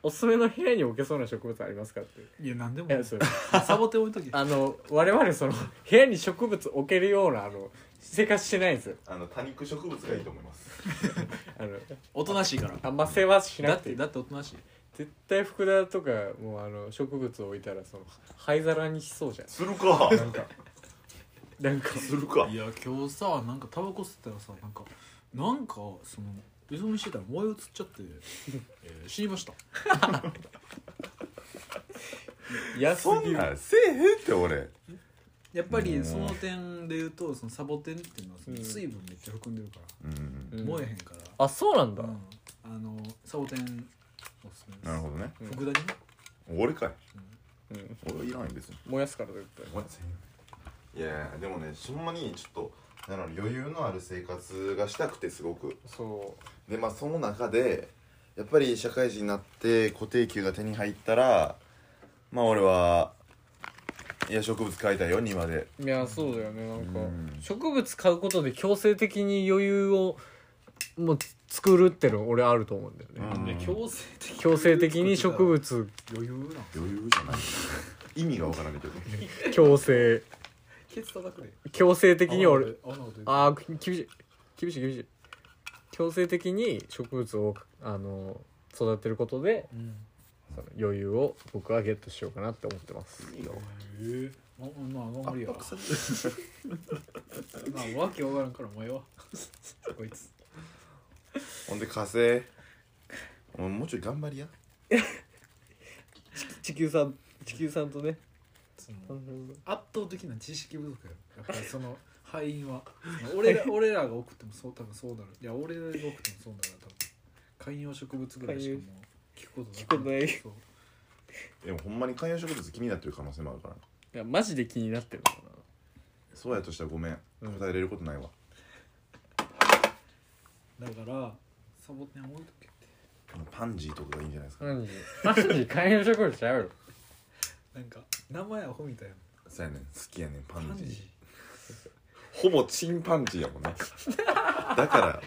[SPEAKER 1] おすすめの部屋に置けそうな植物ありますかって
[SPEAKER 3] いや何でも
[SPEAKER 1] い
[SPEAKER 3] いい
[SPEAKER 1] やそれ
[SPEAKER 3] サボテン置いとけ
[SPEAKER 1] あの我々その部屋に植物置けるようなあの生活してないんですよ
[SPEAKER 2] あの多肉植物がいいと思います
[SPEAKER 1] あの
[SPEAKER 3] おとなしいから
[SPEAKER 1] あんま世話し
[SPEAKER 3] だ
[SPEAKER 1] な
[SPEAKER 3] っ
[SPEAKER 1] くてい
[SPEAKER 3] て
[SPEAKER 1] い
[SPEAKER 3] だっておとなしい
[SPEAKER 1] 絶対福田とかもうあの植物置いたらその灰皿にしそうじゃ
[SPEAKER 2] するか
[SPEAKER 1] んなんかなんか
[SPEAKER 2] するか
[SPEAKER 3] いや今日さなんかタバコ吸ったらさなんかなんかその依存してたら燃え移っちゃ って、えー死にました
[SPEAKER 1] 安す
[SPEAKER 2] そ
[SPEAKER 1] ぎ
[SPEAKER 2] ん
[SPEAKER 1] る
[SPEAKER 2] なんせえへんって俺
[SPEAKER 3] やっぱ
[SPEAKER 2] う
[SPEAKER 3] り
[SPEAKER 2] ん
[SPEAKER 3] その点で言うとそのサボテンっていうのはその
[SPEAKER 1] うん
[SPEAKER 3] 水分めっちゃ含んでるか
[SPEAKER 2] うん
[SPEAKER 1] う
[SPEAKER 3] ら
[SPEAKER 1] ん
[SPEAKER 3] 燃えへんから、
[SPEAKER 1] あそうなんだ、
[SPEAKER 3] うんあのサボテンおすすめです
[SPEAKER 2] なるほどね
[SPEAKER 1] うん
[SPEAKER 3] 福田にね
[SPEAKER 2] 俺かい
[SPEAKER 1] うん、
[SPEAKER 2] 俺はいらない別に
[SPEAKER 1] 燃やすから絶対
[SPEAKER 2] お前全員いやでもねほんまにちょっとなんだろう余裕のある生活がしたくてすごく
[SPEAKER 1] そ
[SPEAKER 2] でまあその中でやっぱり社会人になって固定給が手に入ったらまあ俺はいや植物買いたいよ庭で
[SPEAKER 1] ういやそうだよねなんか
[SPEAKER 2] うん
[SPEAKER 1] 植物買うことで強制的に余裕をもう作るっての俺あると思うんだよね、
[SPEAKER 2] うん
[SPEAKER 3] で強制的
[SPEAKER 1] 強制的に植物
[SPEAKER 3] 余裕なん
[SPEAKER 2] 余裕じゃない意味がわからないけど
[SPEAKER 1] 強制
[SPEAKER 3] ケツ叩くで
[SPEAKER 1] 強制的に俺
[SPEAKER 3] あなこと言う
[SPEAKER 1] ああ厳しい厳しい厳しい強制的に植物をあの育てることで
[SPEAKER 3] うん
[SPEAKER 1] その余裕を僕はゲットしようかなって思ってます
[SPEAKER 2] 意味がわ
[SPEAKER 3] ええまあまあ無理や
[SPEAKER 2] 圧
[SPEAKER 3] わ
[SPEAKER 2] 迫されて
[SPEAKER 3] まあわけわからんからもうええわこいつ
[SPEAKER 2] るほんで火星お前もうちょい頑張りや
[SPEAKER 1] 地球さん地球さんとね
[SPEAKER 3] その圧倒的な知識不足やろやっぱりその敗因はその俺ら俺らが送ってもそう多分そうなるいや俺らが送ってもそうなる多分観葉植物ぐらいしかもう聞くことな
[SPEAKER 1] 聞くことない
[SPEAKER 3] そう
[SPEAKER 2] でもほんまに観葉植物気になってる可能性もあるから
[SPEAKER 1] いやマジで気になってるのか
[SPEAKER 2] そうやとしたらごめん
[SPEAKER 1] うん
[SPEAKER 2] 答えれることないわ、
[SPEAKER 3] だからサボテン置いとけって
[SPEAKER 2] パンジーとかがいいんじゃないですか、
[SPEAKER 1] な何マジで観葉植物ちゃうよ
[SPEAKER 3] なんか名前アホみたいな
[SPEAKER 2] そうやねん好きやねんパ
[SPEAKER 3] パ
[SPEAKER 2] ンジー
[SPEAKER 3] ンジ
[SPEAKER 2] ほぼチンパンジーやもんね だから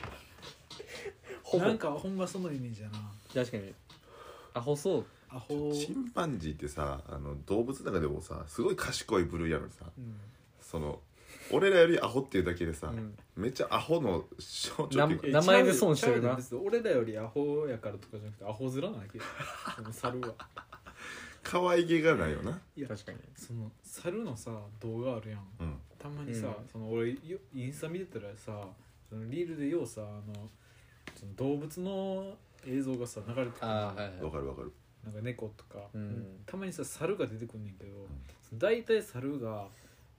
[SPEAKER 3] ーなんかほんまそのイメージやな
[SPEAKER 1] 確かにアホそう
[SPEAKER 3] アホ
[SPEAKER 2] チンパンジーってさあの動物の中でもさすごい賢い部類やのにさ
[SPEAKER 3] うん
[SPEAKER 2] その俺らよりアホっていうだけでさ、
[SPEAKER 1] うん
[SPEAKER 2] めっちゃアホの象徴っていうか
[SPEAKER 1] 名前で損してるな
[SPEAKER 3] ちゃうで別に俺らよりアホやからとかじゃなくてアホ面なわけよ その猿は
[SPEAKER 2] 可愛げがないよな、
[SPEAKER 3] いや
[SPEAKER 1] 確かに
[SPEAKER 3] その猿のさ動画あるやん
[SPEAKER 2] うん、
[SPEAKER 3] たまにさ、
[SPEAKER 1] うん
[SPEAKER 3] その俺よインスタ見てたらさそのリールでようさあのその動物の映像がさ流れてくる
[SPEAKER 1] ああはい
[SPEAKER 2] わ
[SPEAKER 1] は
[SPEAKER 2] かるわかる
[SPEAKER 3] なんか猫とか、
[SPEAKER 1] うん
[SPEAKER 3] たまにさ猿が出てくんねんけど大体、猿が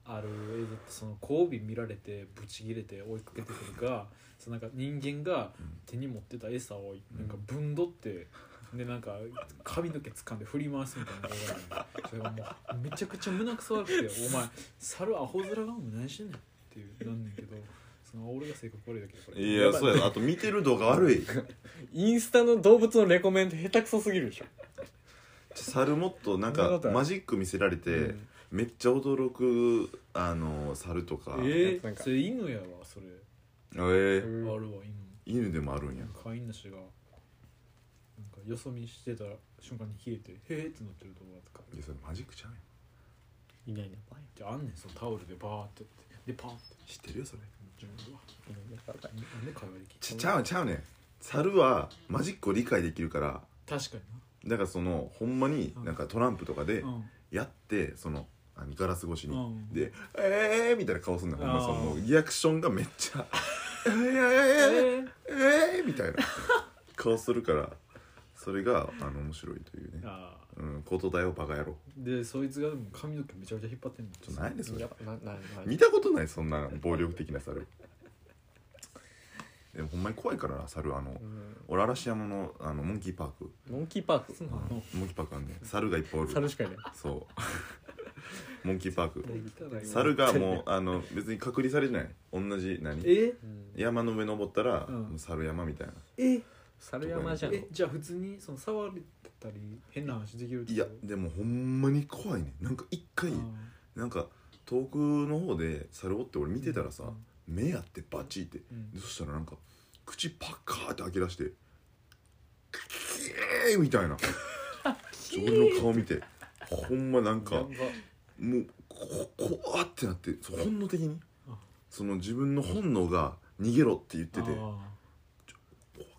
[SPEAKER 3] ある映像ってその交尾見られてブチギレて追いかけてくるかそのなんか人間が
[SPEAKER 2] うん
[SPEAKER 3] 手に持ってた餌をなんかぶんどって、でなんか髪の毛掴んで振り回すみたいな動画があるのそれがもうめちゃくちゃ胸くそ悪くて「お前猿アホ面がお前何してんねん」っていうなんねんけどその俺が性格悪いだけだから
[SPEAKER 2] いやそうやなあと見てる動画悪い
[SPEAKER 1] インスタの動物のレコメント下手くそすぎるでしょ
[SPEAKER 2] 猿もっとなん
[SPEAKER 1] そんな
[SPEAKER 2] か
[SPEAKER 1] ことある
[SPEAKER 2] マジック見せられて、
[SPEAKER 1] うん
[SPEAKER 2] めっちゃ驚くあの猿とか
[SPEAKER 3] え
[SPEAKER 1] なん
[SPEAKER 3] ー、
[SPEAKER 1] か
[SPEAKER 3] それ犬やわそれ、
[SPEAKER 2] えー、
[SPEAKER 3] あ
[SPEAKER 1] う
[SPEAKER 3] るわ犬
[SPEAKER 2] 犬でもあるんや
[SPEAKER 3] 飼い主がなんかよそ見してた瞬間に冷えて「へえ」ってなってる動画とか
[SPEAKER 2] いやそれマジックちゃうやん
[SPEAKER 1] いないな
[SPEAKER 3] じゃああんねんそのタオルでバーってやってでパンって
[SPEAKER 2] 知ってるよそれ
[SPEAKER 3] 自分でうわ
[SPEAKER 1] いないなバイ
[SPEAKER 3] なんで会話できん
[SPEAKER 2] ちちゃうちゃうねん猿はマジックを理解できるから
[SPEAKER 3] 確かに
[SPEAKER 2] だからそのほんまになんかトランプとかで
[SPEAKER 3] な、うん
[SPEAKER 2] やってそのあのガラス越しに、
[SPEAKER 3] うん
[SPEAKER 2] で「えー!」みたいな顔すんのほんま
[SPEAKER 3] あー
[SPEAKER 2] そのリアクションがめっちゃ「えー、
[SPEAKER 3] え
[SPEAKER 2] えー、えー、
[SPEAKER 3] ー
[SPEAKER 2] えー!」みたいな顔するからそれがあの面白いというね、
[SPEAKER 3] ああ
[SPEAKER 2] うん、ことだよバカ野郎
[SPEAKER 3] でそいつがでも髪の毛めちゃめちゃ引っ張ってんの
[SPEAKER 2] ちょっとないですそれ
[SPEAKER 1] やばななな
[SPEAKER 2] 見たことないそんな暴力的な猿でもほんまに怖いからな猿あの
[SPEAKER 1] うん
[SPEAKER 2] 俺嵐山のあのモンキーパーク
[SPEAKER 1] モンキーパーク
[SPEAKER 3] そうなの
[SPEAKER 2] モンキーパークあんね猿がいっぱいおる
[SPEAKER 1] 猿しかいない
[SPEAKER 2] そうモンキーパーク
[SPEAKER 3] 汚いわ
[SPEAKER 2] 猿がもうあの別に隔離されてない同じ何
[SPEAKER 3] え
[SPEAKER 1] うん
[SPEAKER 2] 山の上登ったら、
[SPEAKER 3] うん
[SPEAKER 2] もう猿山みたいな
[SPEAKER 3] え
[SPEAKER 1] 猿山じゃん
[SPEAKER 3] えじゃあ普通にその触れたり変な話できるって
[SPEAKER 2] いや
[SPEAKER 3] こと
[SPEAKER 2] でもほんまに怖いねなんか一回なんか遠くの方で猿おって俺見てたらさ、目やってバチって
[SPEAKER 3] うん
[SPEAKER 2] でそしたらなんか口パッカーって開け出して「キー!」みたいな俺の顔見てほんまなん
[SPEAKER 3] や
[SPEAKER 2] か
[SPEAKER 3] ば
[SPEAKER 2] もうこ怖ってなってそう本能的に
[SPEAKER 3] あ
[SPEAKER 2] その自分の本能が逃げろって言ってて怖か
[SPEAKER 3] あ
[SPEAKER 2] ったほんま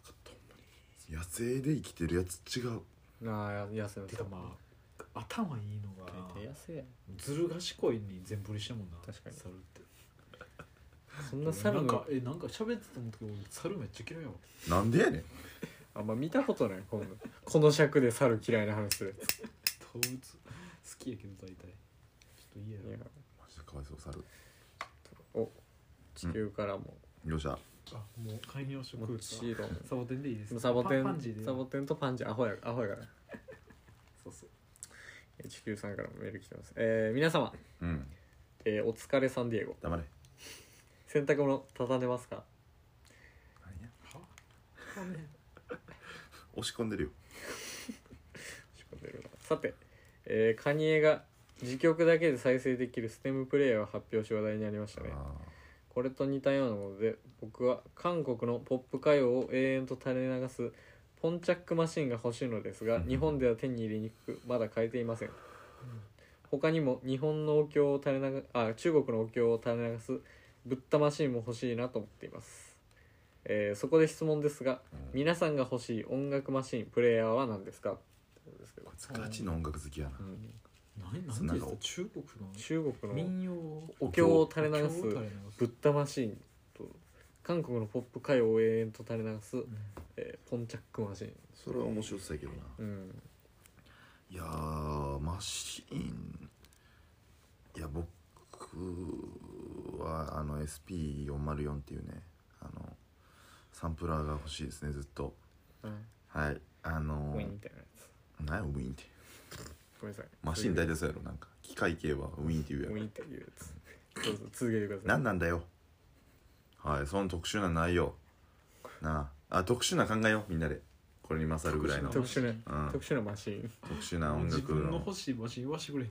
[SPEAKER 2] に野生で生きてるやつ違う
[SPEAKER 1] なあや痩せ
[SPEAKER 3] ーてかまあ頭いいのが
[SPEAKER 1] 痩せや
[SPEAKER 3] ずる賢いに全振りしてもんな
[SPEAKER 1] 確かに
[SPEAKER 3] 猿って
[SPEAKER 1] そんな猿
[SPEAKER 3] なんか
[SPEAKER 1] の
[SPEAKER 3] えなんか喋ってたんだけど俺猿めっちゃ嫌いやわ
[SPEAKER 2] な んでやねん
[SPEAKER 1] あんま見たことない今度この尺で猿嫌いな話する
[SPEAKER 3] 動物好きやけど大体ちょっと嫌や
[SPEAKER 1] いや
[SPEAKER 2] マジでかわいそう猿
[SPEAKER 1] お地球からも
[SPEAKER 2] よっしゃ
[SPEAKER 3] あもう介入食
[SPEAKER 1] も
[SPEAKER 3] 物
[SPEAKER 1] ちろん
[SPEAKER 3] サボテンでいいですか
[SPEAKER 1] サボテ
[SPEAKER 3] パパンジー
[SPEAKER 1] ン
[SPEAKER 3] で
[SPEAKER 1] サボテンとパンジーアホやアホやから
[SPEAKER 3] そうそう
[SPEAKER 1] 地球さんからもメール来てますえー、皆様、
[SPEAKER 2] うん
[SPEAKER 1] えーお疲れサンディエゴ
[SPEAKER 2] 黙れ
[SPEAKER 1] 洗濯物畳んでますか
[SPEAKER 2] 何や
[SPEAKER 3] ははね
[SPEAKER 2] 押し込んでるよ
[SPEAKER 1] 仕込んでるなさて、えーカニエが自曲だけで再生できるステムプレイヤーを発表し話題になりましたね
[SPEAKER 2] あ
[SPEAKER 1] これと似たようなもので僕は韓国のポップ歌謡を永遠と垂れ流すポンチャックマシンが欲しいのですが
[SPEAKER 2] うん
[SPEAKER 1] 日本では手に入れにくくまだ買えていません他にも日本のお経を垂れ流あ中国のお経を垂れ流すブッダマシンも欲しいなと思っています、えーそこで質問ですが
[SPEAKER 2] ーうん
[SPEAKER 1] 皆さんが欲しい音楽マシンプレイヤーは何ですかってことですけど
[SPEAKER 2] こいつガチの音楽好きやな
[SPEAKER 1] うん
[SPEAKER 3] 何
[SPEAKER 2] そん
[SPEAKER 3] 何
[SPEAKER 2] な
[SPEAKER 3] で
[SPEAKER 2] の
[SPEAKER 3] すか中国
[SPEAKER 1] 中
[SPEAKER 3] の
[SPEAKER 1] 国の
[SPEAKER 3] 民謡を
[SPEAKER 1] お経を垂れ流
[SPEAKER 3] お経を
[SPEAKER 1] す
[SPEAKER 3] 垂れ流
[SPEAKER 1] ブッダマシーンと韓国のポップ歌謡を永遠と垂れ流す、
[SPEAKER 3] うん
[SPEAKER 1] えーポンチャックマシーン
[SPEAKER 2] それは面白そうやけどな
[SPEAKER 1] うん
[SPEAKER 2] いやーマシーンいや僕はあの SP404 っていうねあのサンプラーが欲しいですねずっとはいあ
[SPEAKER 1] ウ
[SPEAKER 2] の
[SPEAKER 1] ィ
[SPEAKER 2] ー
[SPEAKER 1] ンみたいなやつ
[SPEAKER 2] 何やウィンって
[SPEAKER 1] ごめんなさい
[SPEAKER 2] マシーン大体そうやろなんか機械系はウィンって言う
[SPEAKER 1] ウ
[SPEAKER 2] やろ
[SPEAKER 1] ィンっていうやつどうぞ続けてください
[SPEAKER 2] 何なんだよはいその特殊な内容なああ特殊な考えようみんなでこれに勝るぐらいの
[SPEAKER 1] 特殊な、
[SPEAKER 2] うん
[SPEAKER 1] 特殊なマシーン
[SPEAKER 2] 特殊な音
[SPEAKER 3] 自
[SPEAKER 2] 楽
[SPEAKER 3] 分の
[SPEAKER 2] の
[SPEAKER 3] 欲しい場所言わして くれ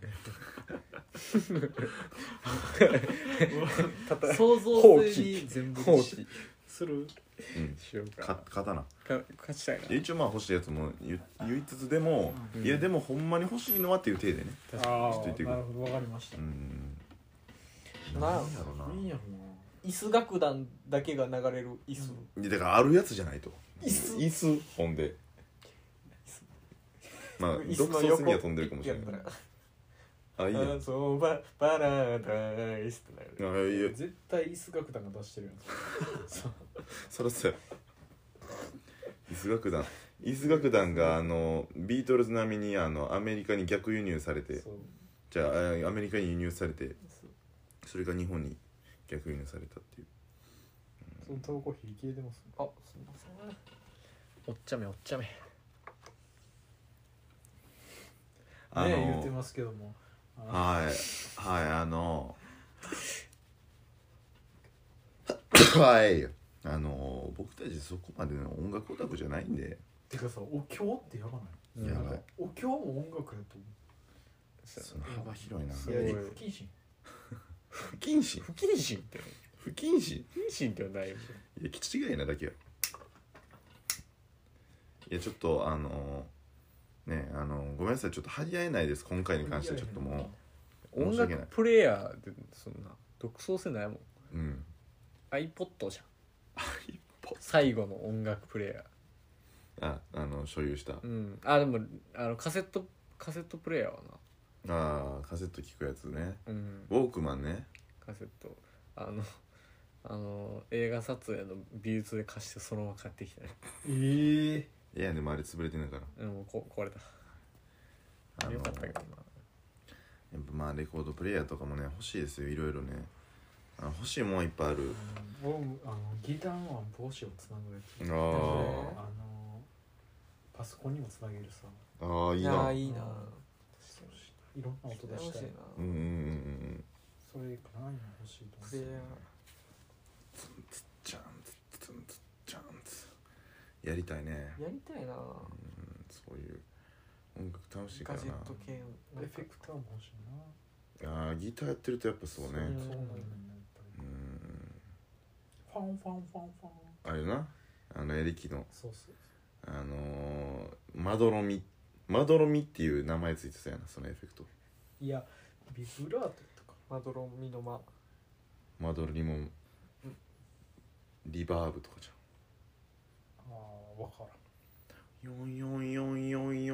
[SPEAKER 1] たた
[SPEAKER 3] 想像性に全部
[SPEAKER 1] 放棄
[SPEAKER 3] する
[SPEAKER 2] うん
[SPEAKER 1] しよう
[SPEAKER 2] か
[SPEAKER 1] か
[SPEAKER 2] 刀
[SPEAKER 1] か勝ちたいな
[SPEAKER 2] 一応まあ欲しいやつも言言いつつでも、
[SPEAKER 1] うん
[SPEAKER 2] いやでもほんまに欲しいのはっていう体でね
[SPEAKER 1] 確か
[SPEAKER 3] あ
[SPEAKER 2] ちょっと言ってくる
[SPEAKER 3] ほどわかりました
[SPEAKER 2] うん
[SPEAKER 1] な
[SPEAKER 2] なんやろな
[SPEAKER 3] 何やろ
[SPEAKER 4] 椅子楽団だけが流れる椅子、
[SPEAKER 2] いやだからあるやつじゃないと
[SPEAKER 4] 椅子
[SPEAKER 2] 椅子ほんでまあ
[SPEAKER 4] 椅
[SPEAKER 2] 独
[SPEAKER 4] 子の
[SPEAKER 2] 創
[SPEAKER 4] 横
[SPEAKER 2] 性には飛んでるかもしれ
[SPEAKER 4] やっ
[SPEAKER 2] な
[SPEAKER 4] た
[SPEAKER 2] い
[SPEAKER 4] ら
[SPEAKER 2] あいいや
[SPEAKER 4] あそうババラダイスってなる
[SPEAKER 2] あいいや
[SPEAKER 3] 絶対椅子楽団が出してるやん
[SPEAKER 2] そらそうや椅子楽団椅子楽団があのビートルズ並みにあのアメリカに逆輸入されて
[SPEAKER 3] そう
[SPEAKER 2] じゃああアメリカに輸入されて
[SPEAKER 4] そう
[SPEAKER 2] それが日本に逆輸入されたっていう
[SPEAKER 3] その投稿費消えてます
[SPEAKER 4] あすみません
[SPEAKER 1] おっちゃめおっちゃめ
[SPEAKER 2] あの
[SPEAKER 3] ね言ってますけどもあ
[SPEAKER 2] はいはいあ のはいあの僕たちそこまでの音楽オタクじゃないんで
[SPEAKER 3] てかさお経ってやばない
[SPEAKER 2] やばい
[SPEAKER 3] お経も音楽やと
[SPEAKER 2] その幅広いな
[SPEAKER 1] す
[SPEAKER 3] 思う
[SPEAKER 1] ごい
[SPEAKER 3] いや不謹慎
[SPEAKER 2] 不謹慎
[SPEAKER 1] 不謹慎って
[SPEAKER 2] 不謹慎
[SPEAKER 1] 不謹慎ってないよ
[SPEAKER 2] いや気違いなだけよいやちょっとあのねあのごめんなさいちょっと張り合えないです今回に関してはちょっとも申
[SPEAKER 1] 音
[SPEAKER 2] し訳ない
[SPEAKER 1] 楽プレイヤーでそんな独創性ないもん
[SPEAKER 2] ううん
[SPEAKER 1] iPod じゃん最後の音楽プレイヤー
[SPEAKER 2] ああの所有した
[SPEAKER 1] うんあでもあのカセットカセットプレイヤーは
[SPEAKER 2] あーカセット聞くやつね
[SPEAKER 1] なうん
[SPEAKER 2] ウォークマンね
[SPEAKER 1] カセットあのあの映画撮影の美術で貸してそのまま買ってきたね
[SPEAKER 3] ええ
[SPEAKER 2] いやでもあれ潰れてんだから
[SPEAKER 1] うんもうこ壊れた
[SPEAKER 2] あの
[SPEAKER 1] よかったけどな
[SPEAKER 2] やっぱまあレコードプレイヤーとかもね欲しいですよいろいろねあの欲しいもんはいっぱいある
[SPEAKER 3] 俺もあのギターの帽子をつなぐやつ
[SPEAKER 2] あー
[SPEAKER 3] あのパソコンにもつなげるさ
[SPEAKER 2] あーいい
[SPEAKER 4] いや
[SPEAKER 2] ないうん
[SPEAKER 4] いな
[SPEAKER 3] ういろんな音
[SPEAKER 4] 音
[SPEAKER 3] 出
[SPEAKER 4] 出
[SPEAKER 3] し
[SPEAKER 4] したた
[SPEAKER 3] い
[SPEAKER 4] いな
[SPEAKER 2] うんうんうん
[SPEAKER 3] それかな今欲しいと思っ
[SPEAKER 4] プレイヤー
[SPEAKER 2] ツンツッチャンツッツンツッチャンツやりたいね
[SPEAKER 1] やりたいな
[SPEAKER 2] うんそういう音楽楽しいか
[SPEAKER 1] ガ
[SPEAKER 2] ら
[SPEAKER 1] ジェット系の
[SPEAKER 3] エフェクターも欲しいな
[SPEAKER 2] なあーギターやってるとやっぱそうね
[SPEAKER 3] そうなんだよねやっぱり
[SPEAKER 2] うん
[SPEAKER 3] ファンファンファンファン
[SPEAKER 2] あれなあのエレキの
[SPEAKER 3] そうそう
[SPEAKER 2] あのー、まどろみまどろみっていう名前ついてたやなそのエフェクト
[SPEAKER 3] いやビブラートとか
[SPEAKER 1] まどろみの間
[SPEAKER 2] まどろにもリバーブとかじ
[SPEAKER 3] ああ分からん
[SPEAKER 2] ゃん4 4 4 4 4